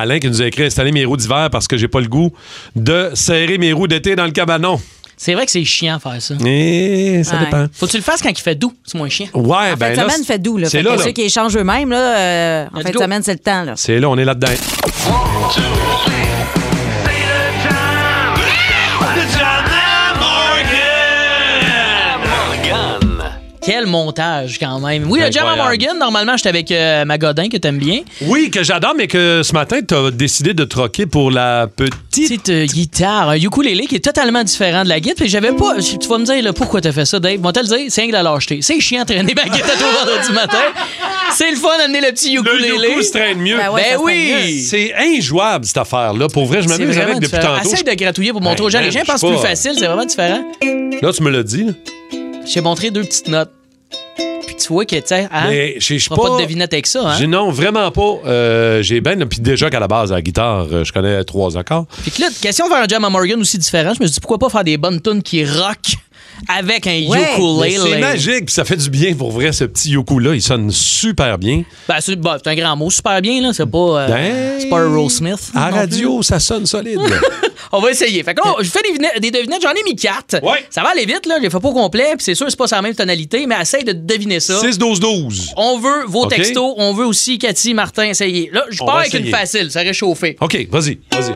S3: Alain, Alain qui nous a écrit installer mes roues d'hiver parce que j'ai pas le goût de serrer mes roues d'été dans le cabanon.
S1: C'est vrai que c'est chiant faire ça.
S3: Eh, ça
S2: Ouais.
S3: dépend.
S1: Faut que tu le fasses quand il fait doux, c'est moins chiant.
S3: Ouais,
S2: En
S3: ben
S2: fin de
S3: là,
S2: semaine, fait doux, là.
S3: C'est
S2: Fait
S3: là,
S2: que
S3: là.
S2: ceux qui échangent eux-mêmes, là, euh, en
S1: Let's
S2: fin de
S1: go.
S2: semaine, c'est le temps, là.
S3: C'est là, on est là-dedans.
S1: Quel montage, quand même. Oui, le Jam à
S3: Incroyable.
S1: Morgan, normalement, j'étais avec euh, ma Godin, que t'aimes bien.
S3: Oui, que j'adore, mais que ce matin, tu as décidé de troquer pour la petite.
S1: Petite euh, guitare, un ukulélé qui est totalement différent de la guitare. Puis j'avais pas. Tu vas me dire, là, pourquoi t'as fait ça, Dave? Moi, te le dire, c'est rien que la lâcheté. C'est chiant de traîner ma guitare tout vendredi matin. C'est le fun d'amener le petit
S3: Le
S1: ukulélé.
S3: Yoko se traîne mieux.
S2: Ben ouais, ça
S1: ben
S2: se traîne
S1: oui!
S3: C'est injouable, cette affaire-là. Pour vrai, je
S1: C'est
S3: m'amuse
S1: vraiment
S3: avec depuis
S1: différent.
S3: tantôt.
S1: Essaye de gratouiller pour montrer
S3: Ben,
S1: aux gens.
S3: man,
S1: Les gens
S3: je
S1: pensent
S3: sais
S1: plus
S3: pas.
S1: facile, c'est vraiment différent.
S3: Là, tu me l'as dit. là.
S1: J'ai montré deux petites notes. Puis tu vois que, tu sais, hein,
S3: Mais je je suis
S1: tu
S3: pas...
S1: feras pas de devinette avec ça, hein?
S3: J'ai- Non, vraiment pas. Euh, j'ai ben, puis déjà qu'à la base, à la guitare, euh, je connais trois accords.
S1: Puis que là, question vers un jam à Morgan aussi différent. Je me suis dit, pourquoi pas faire des bonnes tunes qui rock avec un
S2: Ouais.
S3: Mais C'est
S1: ukulélé?
S3: magique, puis ça fait du bien pour vrai, ce petit yoku-là. Il sonne super bien.
S1: Ben, c'est bah, c'est un grand mot, super bien, là. C'est pas, euh,
S3: Ben,
S1: c'est pas un Roll Smith.
S3: À
S1: non
S3: radio, ça sonne solide.
S1: plus. On va essayer. Fait que là, je fais des, vina- des devinettes, j'en ai mis quatre.
S3: Ouais.
S1: Ça va aller vite, là. Je les fais pas au complet, puis c'est sûr, c'est pas sa même tonalité, mais essaye de deviner ça.
S3: 6-12-12.
S1: On veut vos
S3: OK.
S1: textos, on veut aussi Cathy, Martin, essayer. Là, je
S3: On
S1: pars
S3: va
S1: avec une
S3: essayer.
S1: facile, ça réchauffé.
S3: OK, vas-y, vas-y.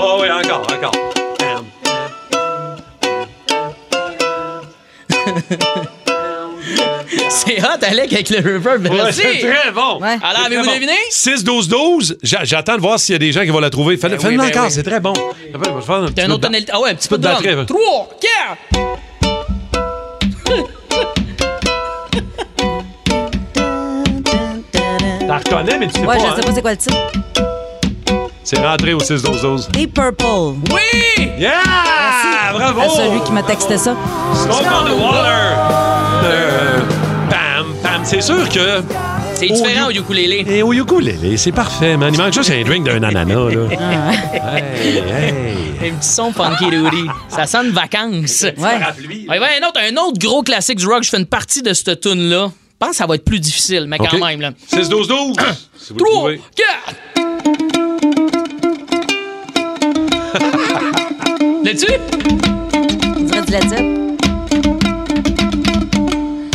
S3: oh oui, encore, encore.
S1: C'est hot, Alec, avec le reverb. Merci.
S3: C'est très bon.
S2: Ouais.
S1: Alors, avez-vous deviné?
S3: 6-12-12, j'a- j'attends de voir s'il y a des gens qui vont la trouver. Fais-le fais-le
S1: oui, ben
S3: encore,
S1: oui.
S3: c'est très bon. Attends, je vais faire un
S1: T'as
S3: petit
S1: un
S3: peu
S1: autre
S3: de-
S1: tonalité. Ah ouais, un petit peu de
S3: batterie,
S1: drum.
S3: va.
S1: Trois, quatre.
S3: T'en reconnais, mais tu sais
S2: Ouais,
S3: pas.
S2: je sais
S3: hein?
S2: pas c'est quoi le titre.
S3: C'est rentré au 6-12-12.
S2: Deep Purple.
S1: Oui!
S3: Yeah! Bravo!
S2: À celui qui m'a texté ça.
S3: Smoke on the water! Euh, Pam, pam. C'est sûr que.
S1: C'est
S3: Oh,
S1: différent au ukulélé.
S3: Et au ukulélé, c'est parfait, man. Il manque juste un drink d'un ananas, là. hey, hey.
S1: Un petit son funky doody. Ça sent une vacances.
S2: Ouais.
S3: Ah,
S1: Ouais, ouais, un, autre, un autre gros classique du rock, je fais une partie de cette tune là Je pense que ça va être plus difficile, mais quand
S3: OK.
S1: même. Là.
S3: 6-12-12! si vous le
S1: Ah! Trois,
S3: trouvez.
S1: quatre! L'as-tu?
S2: On dirait du Led Zepp.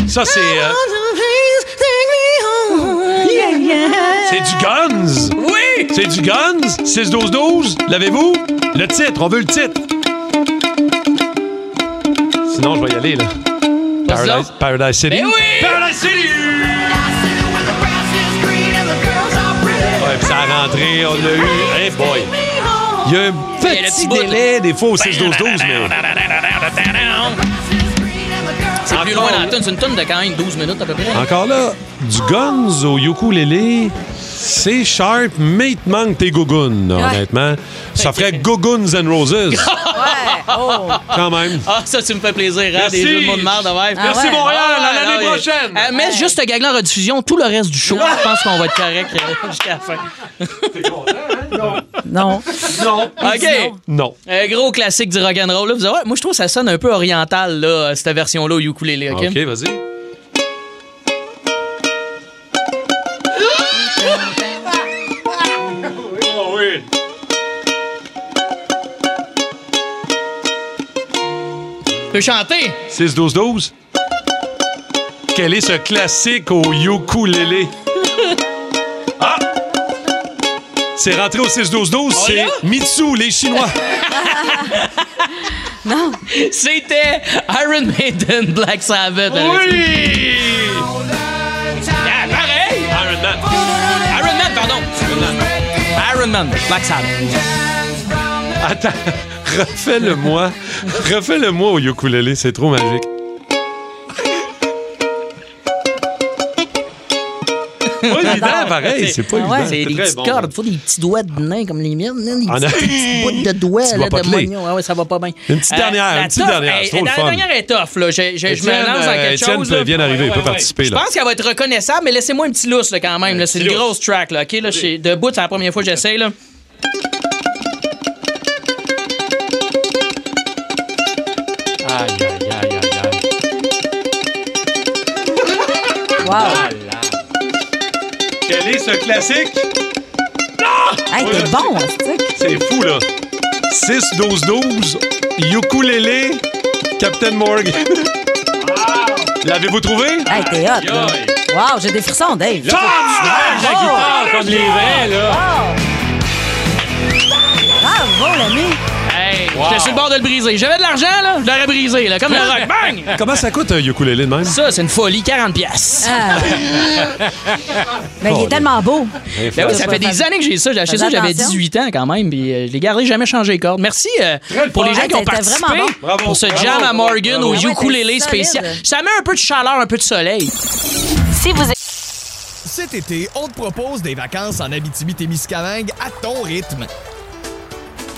S3: Ça, c'est. euh, C'est du Guns!
S1: Oui!
S3: C'est du Guns? 6-12-12? L'avez-vous? Le titre, on veut le titre. Sinon, je vais y aller, là. Paradise, Paradise City.
S9: Ben oui! Paradise City!
S3: Ouais, puis ça a rentré, on l'a eu. Hey boy! Il y a un petit délai, Ben, des fois, au 6-12-12, mais...
S1: C'est plus loin dans la tonne. C'est une tonne de quand même 12 minutes à peu près.
S3: Encore là, du Guns au ukulélé, c'est sharp, mais il te manque tes gougounes, là,
S1: Ouais.
S3: honnêtement. Ça ferait Gougounes and Roses. Quand même.
S1: Ah, ça, tu me fais plaisir, hein,
S3: Merci.
S1: des jeux de mots de merde, ouais.
S3: Merci, Ah ouais. Montréal, à
S1: ouais,
S3: l'année
S1: non,
S3: prochaine.
S1: euh, mets juste ce gag-là en rediffusion, tout le reste du show. Je pense qu'on va être correct euh, jusqu'à la fin.
S2: Non.
S3: Non.
S1: OK.
S3: Non.
S1: Un gros classique du rock'n'roll. Là. Vous allez voir, moi, je trouve que ça sonne un peu oriental, là, cette version-là au ukulélé. OK,
S3: OK, vas-y. Oh oui!
S1: peux chanter.
S3: 6-12-12. Quel est ce classique au ukulélé? Ah! C'est rentré au 6-12-12, c'est Mitsu, les Chinois.
S2: Non.
S1: C'était Iron Maiden, Black Sabbath. Euh,
S3: Oui!
S1: Ah, pareil!
S3: Iron Man.
S1: Iron Man, pardon. Iron Man, Black Sabbath.
S3: Attends, refais-le-moi. Refais-le-moi au ukulélé, c'est trop magique. Pas évident, pareil, ben, c'est pas
S1: Ah ouais,
S3: évident.
S1: C'est des
S3: très
S1: petites
S3: bon.
S1: cordes. Faut des petits doigts de nain comme les miennes. là, Des
S3: Ah, non.
S1: petits, petits bouts de doigts
S3: Tu
S1: là,
S3: vas pas
S1: de
S3: te lire.
S1: moignon. Ah ouais, ça va pas bien.
S3: Une petite dernière,
S1: la
S3: une petite
S1: tough,
S3: dernière,
S1: elle-
S3: c'est trop le
S1: la-
S3: fun.
S1: La dernière est tough. Là. Je, je- je me
S3: Étienne,
S1: lance dans
S3: euh,
S1: quelque
S3: Étienne
S1: chose.
S3: peut-
S1: là.
S3: vient d'arriver, il peut participer,
S1: Je
S3: là.
S1: pense qu'elle va être reconnaissable, mais laissez-moi un petit lousse là, quand même. là. C'est une
S3: petit
S1: grosse track. Là. OK, là, je suis debout. C'est la première fois que j'essaye. là.
S3: Aïe, aïe, aïe, aïe, aïe.
S2: Wow.
S3: Quel est ce classique?
S2: Hey, t'es bon, hein, c'est
S3: C'est fou, là. 6-12-12, ukulélé, Captain Morgan. L'avez-vous trouvé?
S2: Hey, t'es hot, là. Wow, j'ai des frissons, Dave. Oh.
S3: Là, faut que tu
S2: Bravo.
S3: Ah, comme les vrais, là.
S2: Bravo, l'ami.
S1: Hey, J'étais sur le bord de le briser. J'avais de l'argent, là. Je l'aurais brisé, là, comme le rock. Bang!
S3: Comment ça coûte un ukulélé de même?
S1: Ça, c'est une folie, 40 pièces.
S2: Ah. Mais il est tellement beau.
S1: Ben oui, ça fait des années que j'ai ça. J'ai acheté
S2: Fais
S1: ça, j'avais
S2: attention.
S1: 18 ans quand même, puis euh, je l'ai gardé, jamais changé de corde. Merci euh, pour les gens
S2: Hey,
S1: qui ont
S2: t'es- t'es
S1: participé
S2: vraiment bon.
S3: Bravo,
S1: pour ce
S3: bravo,
S1: jam à Morgan
S3: bravo.
S1: au
S3: Ah
S2: ouais,
S1: ukulélé
S2: t'es
S1: spécial.
S2: solide.
S1: Ça met un peu de chaleur, un peu de soleil.
S4: Si vous êtes-
S6: Cet été, on te propose des vacances en Abitibi-Témiscamingue à ton rythme.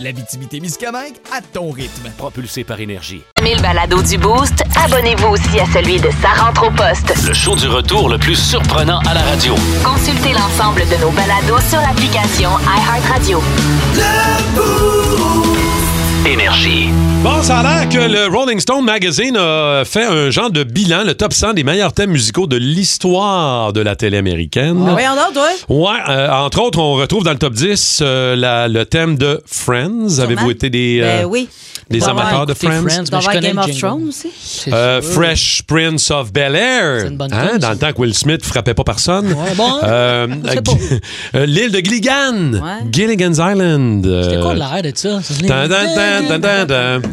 S6: L'Abitibi-Témiscamingue à ton rythme.
S5: Propulsé par énergie.
S4: aimez le balado du Boost, abonnez-vous aussi à celui de Sa rentre au poste.
S5: Le show du retour le plus surprenant à la radio.
S4: Consultez l'ensemble de nos balados sur l'application iHeartRadio.
S5: Énergie.
S3: Bon, ça a l'air que le Rolling Stone Magazine a fait un genre de bilan, le top 100 des meilleurs thèmes musicaux de l'histoire de la télé américaine.
S2: Ah, Voyons donc, toi.
S3: Ouais, euh, entre autres, on retrouve dans le top 10 euh, la- le thème de Friends. Avez-vous été des, euh,
S2: Ben oui.
S3: des
S2: Doit avoir
S3: amateurs de
S1: écouté
S3: Friends?
S1: Friends.
S2: Doit
S1: Mais je
S2: avoir
S1: connais
S2: Game
S1: le
S2: of
S1: jingle.
S2: Thrones aussi.
S3: Euh, Fresh Prince of Bel Air.
S1: une bonne
S3: Hein,
S1: chose,
S3: dans le temps que Will Smith frappait pas personne.
S1: bon,
S3: Euh,
S1: je sais pas.
S3: euh, L'île de Gilligan.
S2: Ouais.
S3: Gilligan's Island.
S1: C'est quoi
S3: Euh,
S1: l'air de ça?
S3: tan, tan, tan, tan, tan, tan.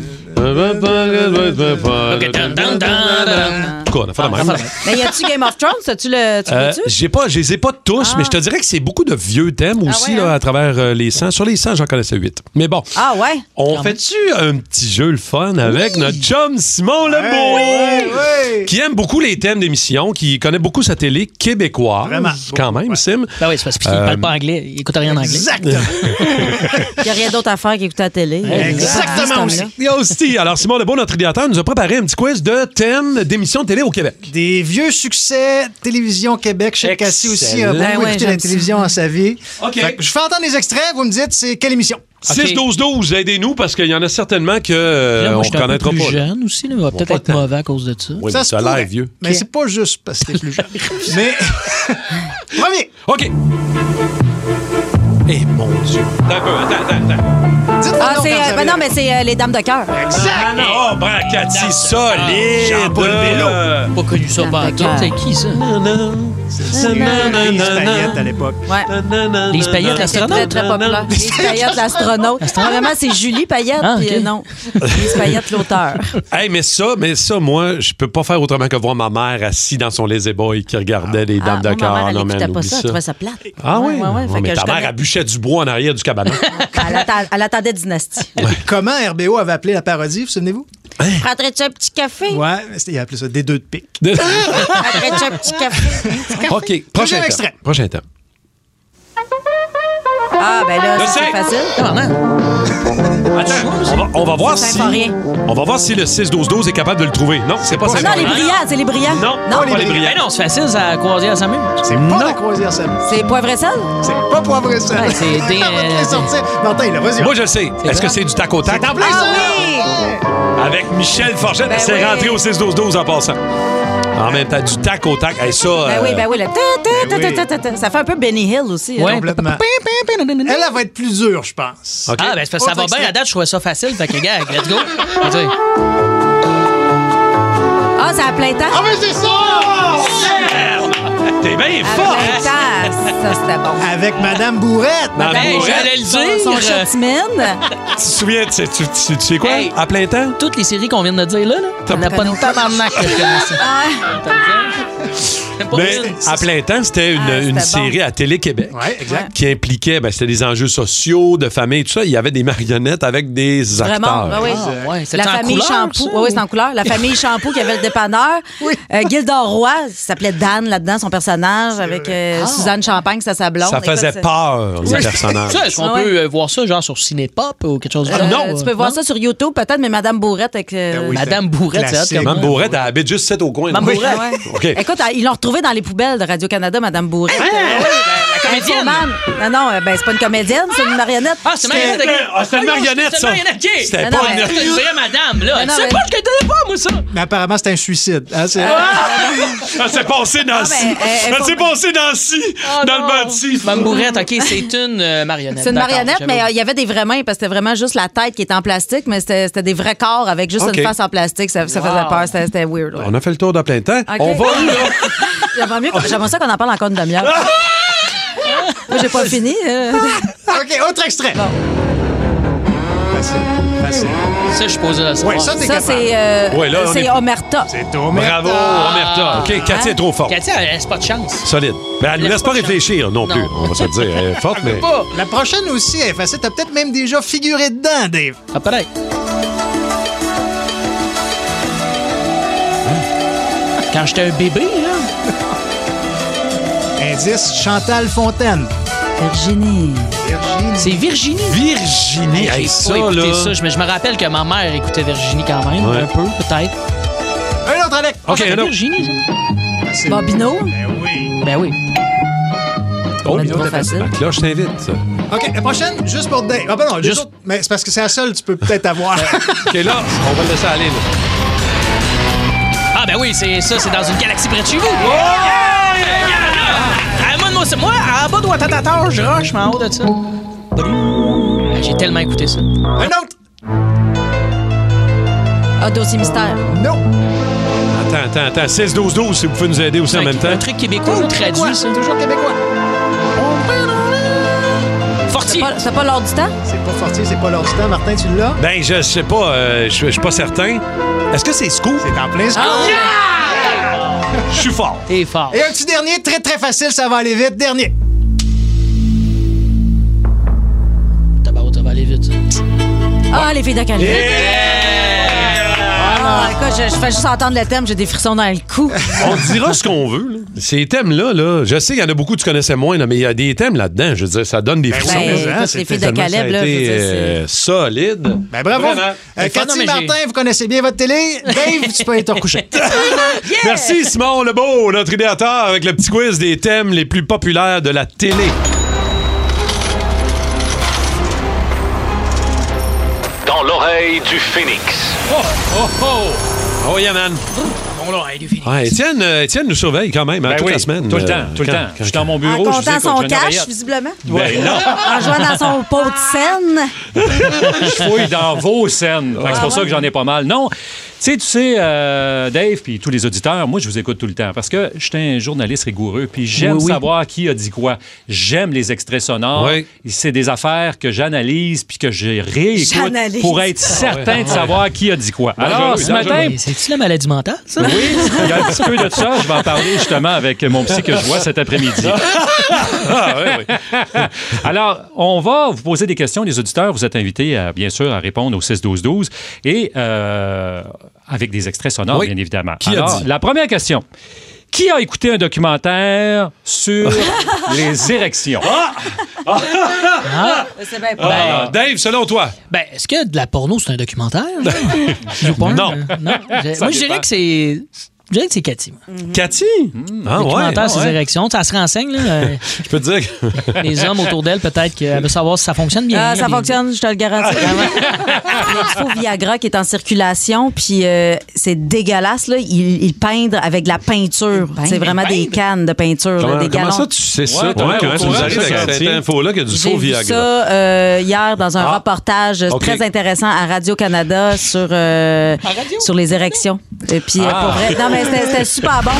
S3: Quoi, on a
S2: Ah,
S3: fait la
S1: Ah,
S3: même.
S2: Mais Ben, y a-tu Game of Thrones? As-tu le. Tu
S3: Euh,
S2: peux-tu?
S3: j'ai pas, je les ai pas tous, mais je te dirais que c'est beaucoup de vieux thèmes aussi
S2: Ah. ouais,
S3: là,
S2: hein?
S3: à travers euh, les 100. Sur les 100, j'en connaissais 8. Mais bon,
S2: Ah ouais?
S3: on fait-tu un petit jeu le fun avec notre chum Simon Lebeau, qui aime beaucoup les thèmes d'émission, qui connaît beaucoup sa télé québécoise.
S13: Vraiment.
S3: Quand même, Sim.
S1: Ben oui, c'est parce qu'il
S3: Euh,
S1: parle pas anglais, il écoute rien en anglais.
S13: Exactement.
S2: Y a rien d'autre à faire qu'écouter la télé.
S13: Exactement
S2: Ah,
S13: aussi.
S2: c'est comme là.
S3: Il y a aussi Merci. Alors, Simon Lebeau, notre idéateur, nous a préparé un petit quiz de thèmes d'émissions de télé au Québec.
S13: Des vieux succès, Télévision Québec, chez Cassie aussi a
S3: Excellent.
S13: beaucoup
S3: Ouais,
S13: écouté
S3: j'aime
S13: la télévision à sa vie.
S3: OK.
S13: Fait que je fais entendre les extraits, vous me dites c'est quelle émission.
S3: 6-12-12, aidez-nous parce qu'il y en a certainement que euh,
S1: Là, moi,
S3: on
S1: j'étais un peu
S3: reconnaîtra
S1: plus
S3: pas. là.
S1: jeune aussi. Là, il va peut-être
S3: pas
S1: être mauvais à cause de ça.
S3: Oui, mais
S13: se
S3: t'as l'air
S13: pourrait.
S3: vieux.
S13: Mais c'est pas juste parce que t'es plus jeune. mais. Premier.
S3: OK. Eh mon Dieu. Attends un peu, attends, attends, attends.
S2: Ah,
S13: non,
S2: c'est,
S13: quand
S2: euh,
S13: vous avez
S2: ben non, mais c'est euh, les dames de cœur.
S3: Ah non, oh, Brancati, solide!
S1: Jean-Paul Bello. Pas connu ça, pas tout. C'est qui, ça? Non, non.
S13: C'est Lise Payette à l'époque.
S2: Ouais.
S1: Lise Payette,
S2: Très,
S1: l'astronaute.
S2: très populaire. Lise Payette, l'astronaute. Probablement, c'est Julie Payette,
S1: Ah,
S2: puis
S1: ok.
S2: euh, non. Lise Payette, l'auteur.
S3: Hey, mais ça, mais ça, moi, je peux pas faire autrement que voir ma mère assise dans son Lazy Boy qui regardait les dames
S2: Ah, moi, ma
S3: de
S2: mère,
S3: cœur.
S2: elle
S3: Non, mais
S2: écoutait pas
S3: oublie
S2: ça, elle trouvait ça plate.
S3: Ah oui?
S2: Ouais, ouais, ouais, fait
S3: Ouais, mais
S2: que
S3: ta
S2: je
S3: mère,
S2: connais-
S3: elle bûchait du bois en arrière du cabanon.
S2: Elle, atta- elle attendait Dynastie.
S13: Comment RBO avait appelé la parodie, vous souvenez-vous?
S1: Hein?
S2: Prendrais-tu un petit café?
S13: Ouais, mais c'était- il a appelé ça des deux de pique.
S2: Prendrais-tu un petit café? Un petit café?
S3: OK, prochain
S13: Prochain
S3: thème.
S13: extrait.
S3: Prochain thème.
S2: Ah, ben là,
S3: Le
S2: ça, c'est
S3: cinq.
S2: facile.
S3: Attends, on va, on va voir
S2: Ça
S3: si.
S2: fait rien.
S3: On va voir si le 6-12-12 est capable de le trouver. Non, c'est pas
S2: Ah
S3: ça.
S2: non, les brillants, c'est les brillants. Ah, Non,
S3: pas les brillants.
S1: Ben non, c'est facile, ça a croisé à sa mule.
S13: C'est pas la croisière sel.
S2: C'est poivre et sel?
S13: C'est pas poivre et sel.
S1: Ouais, c'est des-
S13: On va te les sortir. Martin, il a vas-y.
S3: Moi, je le sais. Est-ce que c'est du tac au tac?
S13: T'en plais,
S2: Ah
S13: ça?
S2: oui!
S3: Avec Michel Forgette,
S2: Ben
S3: c'est
S2: oui.
S3: rentré au 6-12-12 en passant. En même temps, du tac au tac. Hey, ça.
S2: Ben oui, ben oui, le ta- ta- ta-
S13: Ben oui.
S2: ta- ta- ta- ta. Ça fait un peu Benny Hill aussi.
S1: Ouais.
S2: hein.
S13: Complètement. Elle, elle va être plus dure, je
S3: euh,
S13: pense.
S1: Ah, ben, c'est parce que ça va bien. À date, je trouvais ça facile. Fait que, gars, let's go.
S2: Ah, c'est à plein temps.
S13: mais c'est ça!
S3: T'es bien
S2: À
S3: fort!
S2: plein temps. Ça, c'était bon.
S13: Avec Madame Bourrette.
S3: Madame
S1: Ben,
S3: Bourrette.
S1: j'allais le
S2: Son-
S1: dire.
S2: Son
S1: euh,
S2: shotmine.
S3: Tu te souviens, de ce- tu, tu- tu sais quoi?
S1: Hey.
S3: À plein temps?
S1: Toutes les séries qu'on vient de dire là, là
S3: T'as
S1: on n'a pas de tabarnak que je connais ça. Pas
S3: Mais
S1: une.
S3: Ben, à plein temps, c'était une,
S2: Ah,
S3: une
S2: c'était
S3: série à Télé-Québec.
S13: Ouais, exact.
S3: Qui impliquait, ben, c'était des enjeux sociaux, de famille, tout ça. Il y avait des marionnettes avec des acteurs.
S2: Vraiment, ben oui.
S1: Ah, ouais. C'est
S2: La
S1: en
S2: famille
S1: couleur,
S2: Shampoo.
S1: ça,
S2: Oui, oui,
S1: ou-
S2: c'est en couleur. La famille Shampoo qui avait le dépanneur. Euh, Gildor Roy, il s'appelait Dan là-dedans, son personnage, avec euh,
S1: Ah.
S2: Suzanne Champagne, ça sa blonde.
S3: ça
S2: Écoute,
S3: faisait
S2: c'est-
S3: peur, les personnages.
S1: Ça, est-ce qu'on
S2: Ah ouais.
S1: peut euh, voir ça genre sur Cinépop ou quelque chose
S2: Euh,
S1: comme
S2: Tu peux voir ça sur YouTube, peut-être, mais Madame Bourrette avec. euh,
S13: Ben oui,
S1: Madame
S13: c'est
S1: Bourrette, c'est hot
S13: classique.
S1: comme
S3: Mme Bourrette, elle habite juste 7 au coin.
S1: Mme
S3: Oui.
S1: Bourrette.
S2: ouais.
S3: OK.
S2: Écoute, ils l'ont retrouvée dans les poubelles de Radio-Canada, Madame Bourrette. Euh,
S1: La comédienne.
S2: Infomane. Non, non, euh, ben, c'est pas une comédienne, c'est une marionnette.
S1: Ah, c'est une marionnette.
S3: C'était-
S1: ok.
S3: ah, c'était une
S1: Voyons,
S3: marionnette,
S1: c'était une
S3: ça.
S1: marionnette, ok.
S2: Non,
S3: C'était pas
S2: non,
S3: une-
S2: mais-
S1: C'est une vraie madame, là.
S2: Non, non,
S1: C'est
S2: mais-
S1: pas que je connais pas, moi, ça.
S13: Mais apparemment, c'est un suicide. Hein, c'est-
S3: Ça s'est passé dans
S2: ben,
S3: si.
S2: elle- Ah, elle
S3: Ça s'est
S2: faut-
S3: passé dans si. Dans le bâti.
S1: Mme Bourrette, OK, c'est une euh, marionnette.
S2: C'est une
S1: D'accord,
S2: marionnette,
S1: j'avais
S2: mais euh, il y avait des vraies mains parce que c'était vraiment juste la tête qui était en plastique, mais c'était c'était des vrais corps avec juste
S3: Ok.
S2: une face en plastique. Ça, ça faisait peur, c'était- c'était weird. ouais.
S3: On a fait le tour de plein temps.
S2: OK.
S3: On va où, là?
S2: J'aimerais mieux qu'on- J'aimerais ça qu'on en parle encore une demi-heure. Moi, j'ai pas fini. euh.
S13: OK, autre extrait. Facile. Facile.
S1: Ça, je suis posé là.
S13: Ouais, ça, t'es
S2: Ça,
S13: capable.
S2: c'est euh,
S3: Ouais, là, on
S2: c'est
S3: est-
S2: Omerta.
S13: C'est ton
S3: Bravo, Omerta. OK, Cathy est trop forte.
S1: Cathy, elle laisse pas de chance.
S3: Solide. Ben, elle ne nous laisse pas réfléchir non plus. On va se le dire. Elle est forte, mais.
S1: Pas.
S13: La prochaine aussi est facile. T'as peut-être même déjà figuré dedans, Dave.
S1: Ah, peut-être. Quand j'étais un bébé, là.
S13: Indice, Chantal Fontaine.
S2: Virginie.
S13: Virginie.
S1: C'est Virginie.
S3: Virginie, hey,
S1: J'ai
S3: ça,
S1: pas écouté
S3: là.
S1: ça. Je, me- je me rappelle que ma mère écoutait Virginie quand même,
S3: Ouais.
S1: un peu, peut-être.
S13: Un autre Alec.
S3: OK,
S1: C'était
S3: un autre.
S1: Virginie, ça.
S13: Facile.
S2: Bobino.
S13: Ben oui.
S1: Ben oui.
S2: va
S3: Oh, une
S2: être trop
S3: autre.
S2: facile.
S3: La cloche t'invite. ça.
S13: OK, la prochaine, juste pour Dave. Ah, ben non,
S1: Juste-
S13: juste. Mais c'est parce que c'est la seule que tu peux peut-être avoir.
S3: OK, là, on va le laisser aller. là.
S1: Ah, ben oui, c'est ça, c'est dans une galaxie près de chez vous. Ah, moi, moi, c'est- moi, en bas de Watatata, je rush, mais en haut de ça. Ah, J'ai tellement écouté ça.
S13: Un autre.
S2: Ah, dossier mystère.
S13: Non.
S3: Attends, attends, attends. 6-12-12, si vous pouvez nous aider aussi en
S1: Un-
S3: même
S1: Un
S3: temps.
S1: truc québécois ou traduit, ça.
S13: Toujours québécois.
S2: C'est
S1: Fortier.
S2: pas, c'est pas l'heure du temps?
S13: C'est pas Fortier, c'est pas l'ordinateur. Martin, tu l'as?
S3: Ben, je sais pas. euh, je je suis pas certain. Est-ce que c'est Scoop?
S13: C'est en plein scoop.
S3: Je suis fort.
S1: T'es fort.
S13: Et un petit dernier, très très facile, ça va aller vite. Dernier.
S1: Tabarou, ça va aller vite, ça.
S2: Ah, les filles de Calais.
S3: Yeah!
S13: Ah,
S2: Ah, écoute, je, je fais juste entendre le thème, j'ai des frissons dans le cou.
S3: On dira ce qu'on veut. là. Ces thèmes-là, là, je sais qu'il y en a beaucoup que tu connaissais moins, là, mais il y a des thèmes là-dedans. Je veux dire, ça donne des
S2: Ben
S3: frissons.
S2: oui, Ben, écoute, c'est les filles de
S3: Tellement ça a
S2: Caleb, là, je
S3: été,
S2: veux dire, c'est-
S3: euh, solide. Ben
S13: Bravo. Euh, Cathy Martin, vous connaissez bien votre télé. Dave, tu peux aller te recoucher.
S3: Merci Simon Lebeau, notre idéateur, avec le petit quiz des thèmes les plus populaires de la télé.
S5: Dans l'oreille du phénix.
S3: Oh, oh, oh! Oh, yeah, man!
S12: Bon, là, il est fini.
S3: Ouais, Étienne, euh, Étienne nous surveille quand même, hein,
S12: Ben
S3: toute
S12: oui,
S3: la semaine.
S12: Tout le
S3: Euh,
S12: temps, tout le
S3: quand-
S12: temps.
S3: quand-
S12: Je suis dans mon bureau. je vous
S2: Comptant
S12: écoute, j'ai
S2: Ah, son
S12: une
S2: cash,
S12: oreillette.
S2: visiblement.
S12: Ben non.
S2: En jouant dans son pot de scène.
S12: je fouille dans vos scènes. Fait que c'est pour ça que j'en ai pas mal. Non, tu sais, tu sais, euh, Dave, puis tous les auditeurs, moi, je vous écoute tout le temps parce que je suis un journaliste rigoureux, puis j'aime
S14: Oui, oui.
S12: savoir qui a dit quoi. J'aime les extraits sonores. C'est des affaires que j'analyse puis que je réécoute
S1: J'analyse.
S12: pour être
S1: Ah ouais.
S12: certain de savoir qui a dit quoi. Alors, ce matin,
S1: Mais C'est-tu la maladie mentale, ça?
S12: Oui, il y a un petit peu de ça. Je vais en parler justement avec mon psy que je vois cet après-midi. Alors, on va vous poser des questions, les auditeurs. Vous êtes invités, à, bien sûr, à répondre au 6-12-12 et euh, avec des extraits sonores,
S3: Oui.
S12: bien évidemment.
S3: Qui a
S12: Alors,
S3: dit?
S12: la première question. Qui a écouté un documentaire sur les érections?
S1: Ah!
S2: C'est bien
S12: pas-
S3: Ah, Dave, selon toi?
S1: Ben, est-ce que de la porno, c'est un documentaire? là? Je pense,
S3: Non.
S1: euh, non. Je-
S3: Ça
S1: Moi, je dirais
S3: dépend.
S1: que c'est. Je dirais que c'est Cathy. moi.
S12: Mhm.
S3: Cathy? Ah,
S1: documentaire
S3: ouais,
S1: ses
S3: ouais.
S1: érections. Ça se renseigne, là. Euh,
S3: Je peux te dire que...
S1: Les hommes autour d'elle, peut-être qu'elle veut savoir si ça fonctionne bien.
S2: Ah, ça
S1: puis-
S2: fonctionne, je te le garantis.
S3: Ah,
S2: Il y a du faux Viagra qui est en circulation, puis euh, c'est dégueulasse. Là. Ils, ils peignent avec de la peinture. C'est vraiment des cannes de peinture, là,
S3: Comment,
S2: des
S3: comment
S2: galons.
S3: ça, tu sais
S12: Ouais,
S3: ça?
S12: t'as
S3: Comment
S12: l'air
S3: tu
S12: au
S3: nous
S12: courant
S3: arrives
S12: de ça,
S3: avec cette
S12: Cathy?
S3: info-là qu'il y a du
S2: J'ai
S3: faux
S2: vu
S3: Viagra? Ah.
S2: ça euh, hier dans un reportage
S3: OK.
S2: très intéressant à Radio-Canada sur, euh, sur les érections. Et puis, euh,
S3: Ah.
S2: pour vrai, non, mais c'était c'était super bon.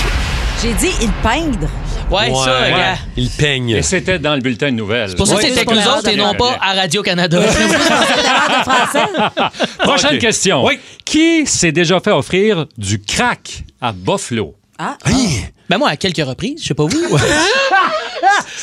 S2: J'ai dit, ils peignent.
S1: Ouais, ça,
S12: Ouais.
S1: gars.
S3: Il peigne.
S12: Et c'était dans le bulletin de nouvelles.
S1: Pour ça, c'était que nous autres et non pas à Radio-Canada.
S12: Prochaine
S1: Ok.
S12: question. Qui s'est déjà fait offrir du crack à Buffalo?
S2: Ah,
S3: Hein?
S1: Ben, moi, à quelques reprises, je sais pas vous.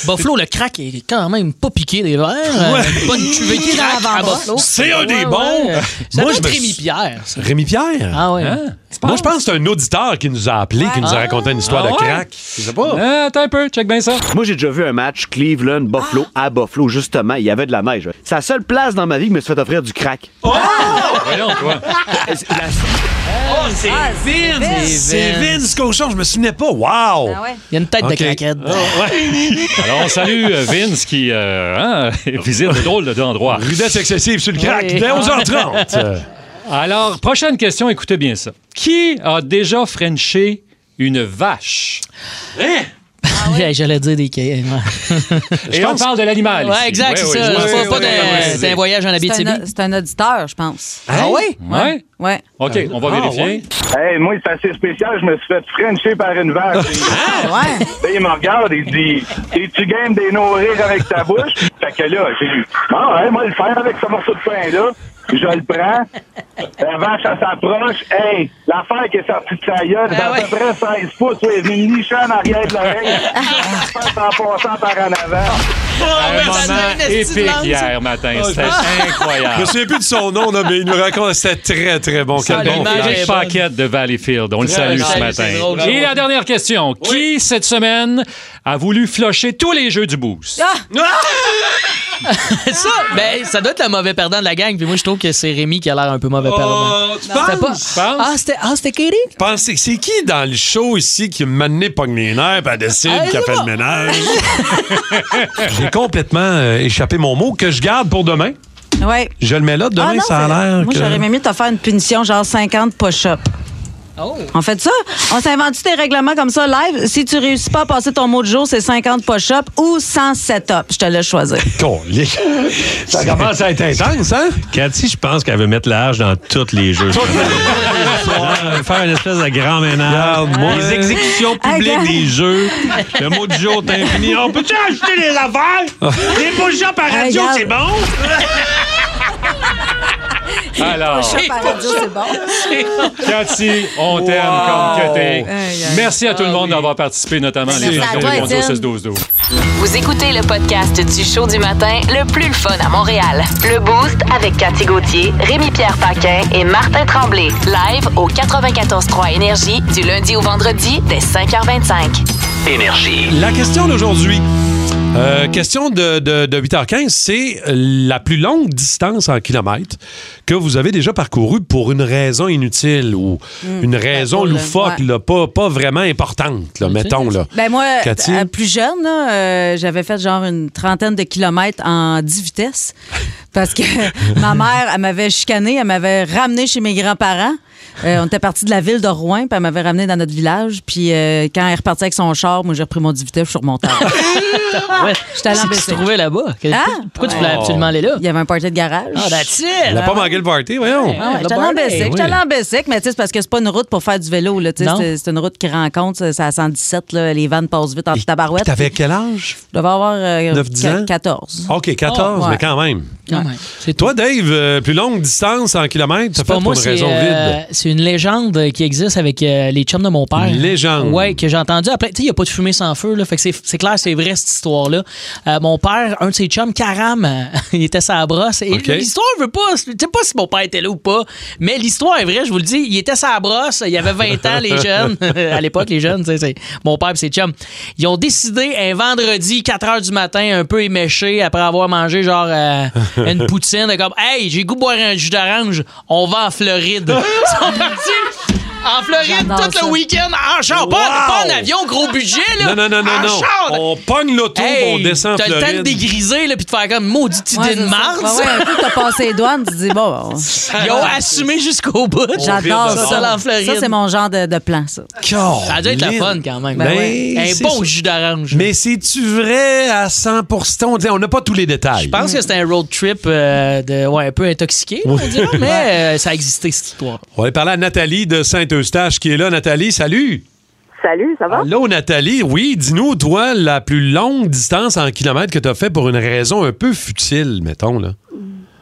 S1: Buffalo, le crack est quand même pas piqué des verres. Euh,
S3: Ouais.
S1: Bonne cuvée de crack à Buffalo.
S3: C'est un des
S1: Ouais,
S3: bons.
S1: ouais. Ça
S3: Moi,
S1: doit
S3: je
S1: être
S3: me-
S1: Rémi Pierre. ça.
S3: Rémi Pierre?
S1: Ah ouais.
S3: Hein? Moi, je pense que c'est un auditeur qui nous a appelé, qui nous a raconté une histoire
S12: Ah
S3: de
S12: ouais?
S3: crack. Je sais pas.
S12: Ah, attends un peu, check bien ça.
S11: Moi, j'ai déjà vu un match Cleveland-Buffalo à Buffalo, justement. Il y avait de la neige. C'est la seule place dans ma vie qui me se fait offrir du crack.
S12: Voyons, toi.
S3: Oh, c'est Vince! C'est Vince Cochon, je me souvenais pas. Wow!
S1: Il y a une tête
S12: Ok.
S1: de craquette.
S12: Alors, on salue euh, Vince qui euh, hein, visite de drôle d'endroit.
S3: Rudesse excessive sur le crack
S12: Oui.
S3: dès 11h30. Euh,
S12: Alors, prochaine question, écoutez bien ça. Qui a déjà frenché une vache?
S1: Ah J'allais dire des cailles.
S12: Et on parle de l'animal.
S1: Ouais,
S12: ici.
S1: exact,
S12: Oui,
S1: c'est
S12: oui,
S1: ça.
S12: oui,
S1: C'est
S12: oui,
S1: pas- pas
S12: oui,
S1: d'un-
S12: oui.
S1: c'est un voyage en
S2: C'est
S1: Abitibi.
S2: un, c'est un auditeur, je pense.
S3: Hein?
S12: Ah
S2: oui?
S12: Ouais.
S2: Ouais.
S12: OK, on va vérifier.
S1: Ah,
S15: Hey, moi, c'est assez spécial. Je me suis fait frencher par une vache.
S2: ouais?
S15: Là, il me regarde et dit T'es-tu game des nourrir avec ta bouche Fait que là, j'ai dit Ah, ouais, moi, le faire avec ce morceau de pain-là. Je le prends. La vache, elle s'approche. Hey, l'affaire qui est sortie de sa
S1: Ben
S15: gueule,
S1: Ah
S15: c'est à peu près 16 pouces. Ouais, elle est venue nicher en arrière de l'oreille. en passant par en avant.
S1: Ah
S12: un moment épique hier matin.
S3: Oh,
S12: C'était
S3: je- Je me
S12: incroyable.
S3: souviens plus de son nom, là, mais il nous raconte. C'était très, très bon. Quel bon
S12: L'image
S3: flash.
S12: est Paquette de Valleyfield. On le
S3: Très
S12: salue
S3: bon.
S12: ce
S3: C'est drôle.
S12: matin. Et la dernière question. Qui, cette semaine, a voulu flusher tous les jeux du boost?
S1: Ah!
S2: Ah!
S1: ça, ben, ça doit être le mauvais perdant de la gang. Puis moi, je trouve que c'est Rémi qui a l'air un peu mauvais perdant.
S3: Oh, tu
S1: C'était
S3: penses?
S12: Hein?
S1: pas- Ah, c'était ah, c'était Katie?
S3: Pensez, c'est qui dans le show ici qui m'a mené pogne les nerfs, puis elle décide
S1: Ah,
S3: qu'elle
S1: c'est
S3: fait le
S1: moi.
S3: ménage? J'ai complètement euh, échappé mon mot que je garde pour demain.
S2: Ouais.
S3: Je le mets là, demain,
S2: Ah non,
S3: ça a
S2: c'est-
S3: l'air.
S2: Moi,
S3: que-
S2: j'aurais aimé mieux te faire une punition, genre 50 push-ups. On fait ça? On s'invente tes règlements comme ça live. Si tu réussis pas à passer ton mot de jour, c'est 50 push-ups ou 100 set-ups. Je te laisse choisir.
S3: Colique. Ça commence à être intense, hein?
S16: Cathy, je pense qu'elle veut mettre l'âge dans tous les jeux. Faire une espèce de grand ménage.
S3: moi.
S16: Les exécutions publiques
S3: Regarde.
S16: des jeux. Le mot du jour, t'as infini. Oh, On peut-tu acheter les affaires? Les bouchons par radio,
S2: Regarde.
S16: c'est bon?
S12: Alors,
S2: Push-up à radio, c'est bon.
S12: Cathy, on t'aime comme que t'es.
S2: Aïe, aïe.
S12: Merci à tout le monde d'avoir participé, notamment
S2: Merci
S12: les
S2: à
S12: gens
S2: toi,
S12: qui ont répondu au
S2: Étienne.
S12: 16 12 12
S4: Vous écoutez le podcast du show du matin le plus le fun à Montréal. Le Boost avec Cathy Gauthier, Rémi-Pierre Paquin et Martin Tremblay. Live au 94.3 Énergie du lundi au vendredi dès 5h25.
S5: Énergie.
S3: La question d'aujourd'hui. Euh, question de, de- de 8h15, c'est la plus longue distance en kilomètres que vous avez déjà parcourue pour une raison inutile ou une raison
S2: pour le-
S3: loufoque,
S2: Hmm. ouais.
S3: là, pas, pas vraiment importante, là, mettons. Là.
S2: Ben moi,
S3: Cathy?
S2: euh, plus jeune, là, euh, j'avais fait genre une trentaine de kilomètres en 10 vitesses parce que ma mère, elle m'avait chicané, elle m'avait ramené chez mes grands-parents. Euh, on était parti de la ville de Rouen, puis elle m'avait ramené dans notre village. Puis euh, quand elle est repartie avec son char, moi j'ai repris mon 10 vitesses, je suis remontée.
S1: Ah Ouais.
S2: J'étais allée
S1: Qu'est-ce que
S2: en
S1: tu
S2: bicycle.
S1: trouvais là-bas? Que-
S2: Ah!
S1: Pourquoi tu voulais
S3: Oh.
S1: absolument aller là?
S2: Il y avait un party de garage.
S1: Ah, that's it! Ah,
S3: Elle n'a pas manqué le party, voyons.
S2: Ouais, ouais, J'étais allée en Bessic, j'étais allée en Bessic, mais tu sais, c'est parce que c'est pas une route pour faire du vélo. là, tu sais,
S3: Non.
S2: C'est c'est une route qui rencontre, c'est- c'est à 117, là, les vannes passent vite en tabarouette.
S3: T'avais quel âge?
S2: Je devais avoir euh,
S3: 9, 10
S2: qu-
S3: ans?
S2: 14.
S1: Ah,
S3: OK, 14,
S2: Ouais.
S3: mais quand même.
S2: Quand
S3: Toi, Dave, euh, plus longue distance en kilomètres, t'as fait
S1: Pour
S3: pour
S1: moi,
S3: une
S1: c'est
S3: raison
S1: euh,
S3: vide.
S1: c'est une légende qui existe avec euh, les chums de mon père.
S3: Une légende.
S1: Oui, que j'ai entendu. Après, tu sais, il n'y a pas de fumée sans feu. Là, fait que c'est c'est clair, c'est vrai cette histoire-là. Euh, mon père, un de ses chums, Karam, euh, il était sa brosse. Et
S3: OK.
S1: l'histoire veut pas. Je sais pas si mon père était là ou pas, mais l'histoire est vraie, je vous le dis. Il était sa brosse. Il avait 20 ans, les jeunes. à l'époque, les jeunes, tu sais, c'est mon père et ses chums. Ils ont décidé un vendredi, 4 h du matin, un peu éméché, après avoir mangé genre euh, une poutine, de comme Hey, j'ai le goût de boire un jus d'orange, on va en Floride. Ils sont partis en Floride
S9: J'adore
S1: tout
S9: ça.
S1: le week-end en char. Pas, pas
S9: Wow!
S1: en avion, gros budget, là.
S3: Non, non, non, non,
S2: Ah,
S1: En
S3: non.
S1: char.
S3: On pogne l'auto,
S1: Hey,
S3: on descend en
S1: T'as le temps de
S3: Floride.
S1: dégriser, là, puis de faire comme maudite idée
S2: Ouais,
S1: de
S2: c'est ça.
S1: marde.
S2: Ouais, ouais, un coup, t'as passé les douanes, tu te dis, bon. on-
S1: Ils ont assumé jusqu'au bout.
S2: J'adore ça.
S1: Ça, en
S2: Ça,
S1: Floride.
S2: c'est mon genre de, de plan, ça.
S1: Ça doit être la fun quand même. Ben ouais. Un bon jus d'orange.
S3: Mais c'est-tu vrai à 100 On dit, on n'a pas tous les détails.
S1: Je pense que c'était un road trip euh, de, ouais, un peu intoxiqué, là, on dirait, mais euh, ça a existé, cette histoire.
S3: On va aller parler à Nathalie de Saint-Eustache qui est là. Nathalie, salut!
S14: Salut,
S2: Hein?
S14: ça va?
S3: Allô, Nathalie. Oui, dis-nous, toi, la plus longue distance en kilomètres que tu as fait pour une raison un peu futile, mettons, là.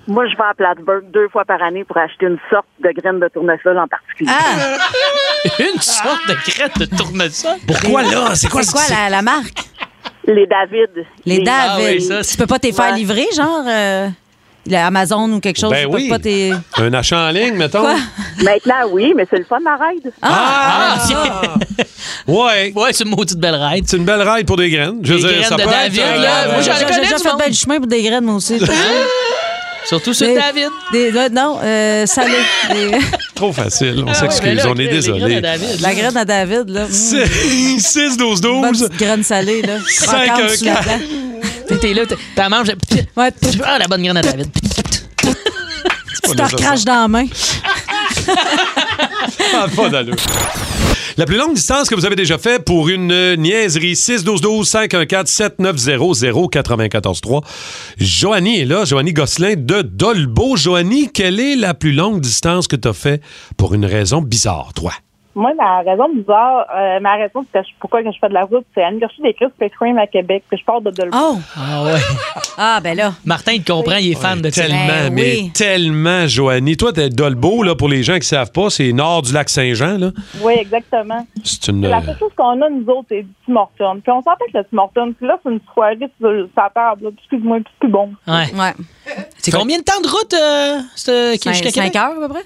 S14: Moi, je vais à Plattsburgh deux fois par année pour acheter une sorte de graines de tournesol en particulier.
S2: Ah.
S11: Ah,
S1: Une sorte de crête de tournesol.
S3: Pourquoi là?
S2: C'est quoi, la, la marque?
S14: Les David.
S2: Les David.
S1: Ah oui, ça, c'est-
S2: tu peux pas t'y faire livrer, genre euh, Amazon ou quelque chose?
S3: Ben
S2: tu peux
S3: oui.
S2: pas t'y-
S3: Un achat en ligne, mettons.
S14: Maintenant, oui, mais c'est le fun, la ride.
S3: Ah! Ouais.
S1: Ouais, c'est une maudite belle ride.
S3: C'est une belle ride pour des graines. Je veux
S1: Des
S3: dire,
S1: graines
S3: ça
S1: de
S3: peut
S1: David,
S3: être, euh,
S1: là. Moi, j'en
S2: J'ai
S1: connais
S2: déjà
S1: du
S2: fait
S1: monde. Ah!
S2: ben du chemin pour des graines, moi aussi.
S1: Surtout sur
S2: Des-
S1: David.
S2: Des, euh, non, euh, salé. Des-
S3: Trop facile. On
S2: Ah ouais, mais
S3: s'excuse.
S2: là,
S3: on est
S1: les ben graines
S3: désolé.
S1: à David.
S2: La graine à David, là. mm.
S3: 6, 12, 12.
S2: Graine salée, là.
S1: Cinq,
S2: Croquante
S1: un,
S2: sous la
S1: quatre.
S2: dent.
S1: T'es- T'es là, t'es- t'en manges.
S2: Ouais.
S1: Ah, la bonne graine à David.
S2: Tu te recraches dans la main.
S3: Ah, pas d'allure. La plus longue distance que vous avez déjà fait pour une euh, niaiserie 6 12 12 514 7900 94 3. Joanie est là, Joanie Gosselin de Dolbeau. Joanie, quelle est la plus longue distance que tu as fait pour une raison bizarre, toi
S17: Moi, la raison bizarre, euh, ma raison que je- pourquoi que je fais de la route, c'est à l'Université des Christ Cream à Québec, puis je pars de Dolby.
S2: Oh!
S1: Ah ouais.
S2: Ah, ben là.
S1: Martin, il te comprend, il est fan de Ben ça.
S3: Tellement, mais
S17: Eh.
S3: tellement, Joanie. Toi, t'es Dolbeau, là, pour les gens qui savent pas, c'est nord du lac Saint-Jean, là.
S17: Oui, exactement.
S3: C'est une.
S17: C'est
S3: euh,
S17: La seule chose qu'on a, nous autres, c'est du Tim Hortons. Puis on s'entend que le Tim Hortons, puis là, c'est une soirée sur sa table. là. Excuse-moi, c'est plus bon.
S1: Ouais. C'est
S17: Fait-
S1: combien de temps de route euh, ce-
S17: Cinq-
S1: jusqu'à
S17: cinq
S1: Québec?
S2: heures, à peu près?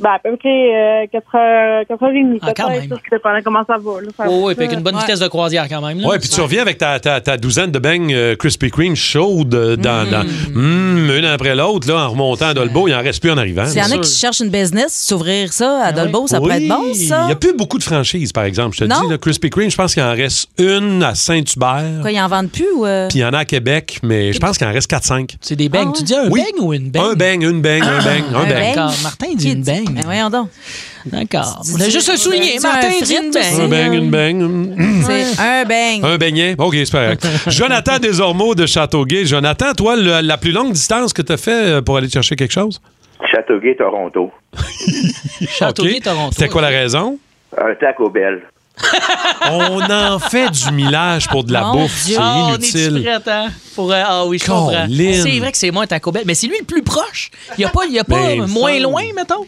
S17: Ben, à peu près 4h30,
S1: Ah, quand même.
S17: peut-être, parce que dépendant comment ça va. Là, ça va
S1: Oui, oui,
S17: ça.
S1: Oh, puis avec une bonne
S17: Ouais.
S1: vitesse de croisière quand même. Là.
S3: Ouais, puis tu reviens avec ta, ta, ta douzaine de beignes euh, Krispy Kreme chaudes euh, dans, dans- Mm, une après l'autre, là, en remontant à Dolbeau, il en reste plus en arrivant.
S2: S'il y en a qui cherchent une business, s'ouvrir ça à Dolbeau, ça pourrait être bon,
S3: Ben Il n'y
S2: ça.
S3: a plus beaucoup de franchises, par exemple. Je te
S2: Non.
S3: dis, le Krispy Kreme, je pense qu'il en reste une à Saint-Hubert,
S2: Quoi, ils en vendent plus ou. euh?
S3: puis il y en a à Québec, mais je pense qu'il en reste 4-5.
S1: C'est des beignes. Tu dis un
S3: oui.
S1: beigne ou une beigne?
S3: Un beigne, une beigne, un beigne, un beigne.
S1: D'accord. Martin dit une beigne. Ben
S2: voyons donc.
S1: D'accord.
S2: Tu
S1: On a
S2: dis-
S1: juste à
S2: tu
S1: souligner.
S2: dis un
S1: Martin dit
S2: frite
S1: une
S2: aussi,
S3: Un
S1: beigne.
S3: beigne, une beigne. mm, mm.
S2: C'est un bang.
S3: Un beignet. OK, c'est pas grave. Jonathan Desormeaux de Châteauguay. Jonathan, toi, le- la plus longue distance que tu as fait euh, pour aller chercher quelque chose?
S18: Châteauguay, Toronto.
S3: Châteauguay, Toronto. C'était quoi la raison?
S18: Un Taco Bell.
S3: On en fait du millage pour de la
S1: Mon
S3: bouffe.
S1: Dieu.
S3: C'est
S1: Ah, On est-tu
S3: inutile.
S1: prêt, hein, pour, euh, ah oui, je comprends.
S3: Colin.
S1: C'est vrai que c'est moi un Taco Bell, mais c'est lui le plus proche. Il n'y a pas, il y a pas
S3: Mais il me
S1: moins
S3: semble.
S1: loin, mettons.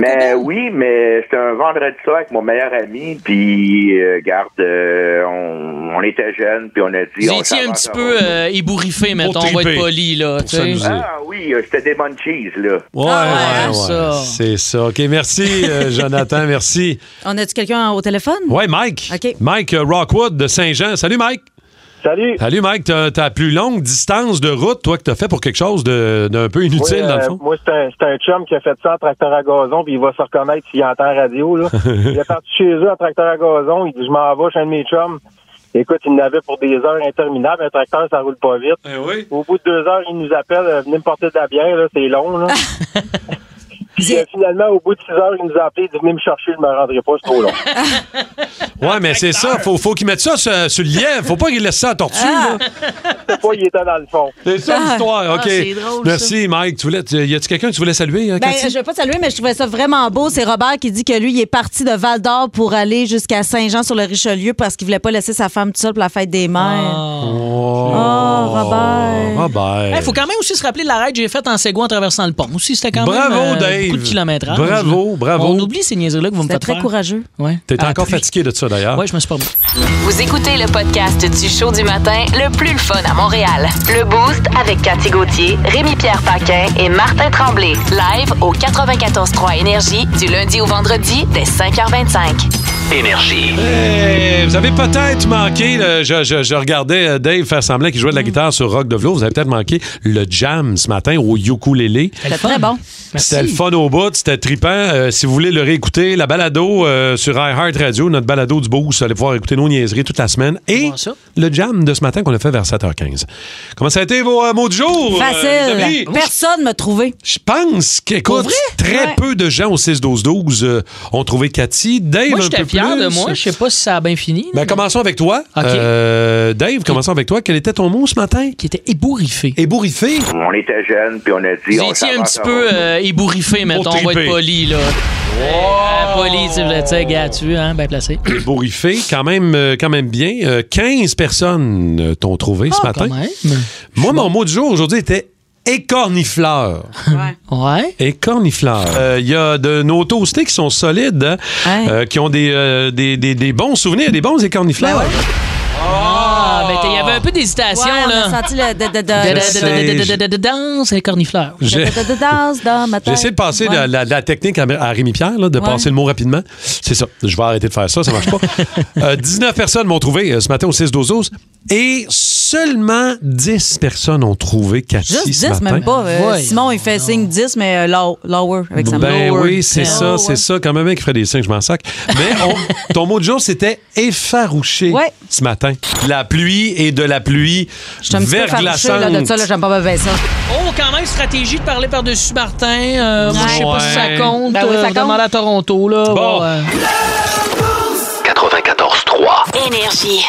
S18: Mais oui, mais c'était un vendredi soir avec mon meilleur ami, puis euh, garde, euh, on, on était jeunes, puis on a dit.
S1: Vous
S18: on
S1: étiez un
S18: s'avance
S1: petit
S18: en
S1: peu
S18: rando.
S1: euh, ébouriffé, mettons. On va être
S18: triper.
S1: poli, là. tu sais.
S18: Ah oui, euh, c'était des bonnes cheese, là.
S3: Ouais, ouais, ouais.
S2: ça.
S3: C'est ça. OK, merci, euh, Jonathan, merci.
S2: On a-tu quelqu'un au téléphone?
S3: Ouais, Mike.
S2: OK.
S3: Mike euh, Rockwood de Saint-Jean. Salut, Mike.
S19: Salut.
S3: Salut, Mike. T'as ta plus longue distance de route, toi, que t'as fait pour quelque chose de- d'un peu inutile,
S19: Moi, euh,
S3: dans le fond.
S19: Moi, c'est un, c'est un chum qui a fait ça en tracteur à gazon, puis il va se reconnaître s'il entend la radio. Là. il est parti chez eux en tracteur à gazon. Il dit Je m'en vais chez un de mes chums. Écoute, il n'avait pour des heures interminables. Un tracteur, ça roule pas vite. Au bout de deux heures, il nous appelle euh, Venez me porter de la bière, là, c'est long. Là. Puis euh, finalement, au bout de six heures, il nous a appelé, il dit venez me chercher, je me rendrai pas, c'est trop long.
S3: Ouais, mais c'est ça. Faut, faut qu'il mette ça sur, sur le lièvre. Faut pas qu'il laisse ça à la
S2: Euh,
S3: tortue.
S2: Ah!
S3: là.
S19: C'est pas, il était dans le fond.
S3: C'est ça l'histoire. OK.
S2: c'est drôle,
S3: Merci, Mike. Tu voulais, tu- y a-tu quelqu'un que tu voulais saluer, hein,
S2: Ben,
S3: Cathy?
S2: je vais pas te saluer, mais je trouvais ça vraiment beau. C'est Robert qui dit que lui, il est parti de Val d'Or pour aller jusqu'à Saint-Jean-sur-le-Richelieu parce qu'il voulait pas laisser sa femme toute seule pour la fête des
S1: Ah.
S2: mères.
S3: Oh, ben.
S2: Robert.
S3: Robert.
S1: Il Ben, faut quand même aussi se rappeler de la raid que j'ai faite en Ségou en traversant le pont. Aussi, c'était quand
S3: Bravo,
S1: même euh,
S3: Dave.
S1: beaucoup de kilométrage.
S3: Bravo, bravo.
S1: On oublie ces niaiseries-là que vous me faites
S2: très
S1: faire.
S2: courageux.
S1: Ouais.
S3: T'es
S1: Ah,
S3: encore
S1: puis-
S3: fatigué hein? de ça, d'ailleurs.
S1: Ouais, je me suis pas mis.
S4: Vous écoutez le podcast du show du matin le plus le fun à Montréal. Le Boost avec Cathy Gauthier, Rémi-Pierre Paquin et Martin Tremblay. Live au 94.3 Énergie du lundi au vendredi dès 5h25.
S9: Énergie.
S3: Hey, Eh, vous avez peut-être manqué, euh, je, je- je regardais euh, Dave faire semblant qu'il jouait
S1: Mm.
S3: de la guitare sur Rock de Vlo. Vous avez peut-être manqué le jam ce matin au ukulélé.
S2: C'était très bon.
S3: C'était le fun au bout, c'était trippant. Euh, si vous voulez le réécouter, la balado euh, sur iHeart Radio, notre balado du boost, allez pouvoir écouter nos niaiseries toute la semaine. Et le jam de ce matin qu'on a fait vers 7h15. Comment ça a été vos euh, mots du jour? euh, les amis?
S2: Facile. Personne m'a trouvé.
S3: Je pense qu'écoute, très peu de gens au 6-12-12 euh, ont trouvé Cathy. Dave,
S1: Moi,
S3: un
S1: j'étais
S3: peu
S1: fier
S3: plus.
S1: de moi. Je sais pas si ça a bien fini.
S3: Ben, commençons avec toi. Euh, Dave, commençons avec toi. Quel était ton mot ce matin? Qui
S1: était ébouriffé.
S3: Ébouriffé?
S18: On était jeunes, puis on a dit.
S1: Vous
S18: on
S1: étiez un
S18: s'avance
S1: petit
S18: en
S1: peu
S18: rando.
S1: euh, ébouriffé, mettons. On va
S3: triper.
S1: être poli, là. Euh, poli, tu sais, tu sais, gars, tu hein, bien placé.
S3: Ébouriffé, quand même, euh, quand même bien. Euh, 15 personnes euh, t'ont trouvé ce
S1: Ah,
S3: matin.
S1: quand même.
S3: Moi, mon mot du jour aujourd'hui était écornifleur.
S1: Ouais.
S3: Écornifleur. Euh, Il y a de nos toastés qui sont solides, hein, euh, qui ont des, euh, des, des- des bons souvenirs, des bons
S1: Ben
S3: écornifleurs.
S1: Ah, ben, il y avait un peu d'hésitation,
S2: Ouais,
S1: là.
S2: on a senti le de- de- de-
S1: De- de-
S3: Je sais,
S1: de- de- de-
S3: je-
S1: de- de- Danse et cornifleur.
S3: J'ai-
S2: de- de- de danse dans ma tête.
S3: J'ai essayé de passer la, la- la technique à, à Rémi-Pierre, là, de
S2: Ouais.
S3: passer le mot rapidement. C'est ça. Je vais arrêter de faire ça, ça marche pas. Euh, 19 personnes m'ont trouvé euh, ce matin au 6 12 et seulement 10 personnes ont trouvé Cathy
S2: Juste
S3: ce
S2: 10,
S3: matin.
S2: même pas. Euh,
S1: Voyons
S2: Simon, il fait signe 10, mais euh, low- lower avec sa main.
S3: Ben
S2: Lower.
S3: oui, c'est
S2: Ouais.
S3: ça, c'est ça. Quand même, mec qui ferait des signes, je m'en sac. Mais on- ton mot de jour, c'était effarouché ce matin. La pluie et de la pluie
S2: Je suis un petit peu farouchée,
S3: verglaçante.
S2: là, de ça, là, j'aime pas bien ça.
S1: Oh, quand même, stratégie de parler par-dessus Martin. Euh, Moi, je sais
S3: Ouais.
S1: pas si ça compte.
S2: Ben oui, ça
S1: Euh,
S2: compte.
S1: demande à Toronto, là.
S3: Bon.
S1: voir, euh.
S9: 94.3.
S4: Énergie.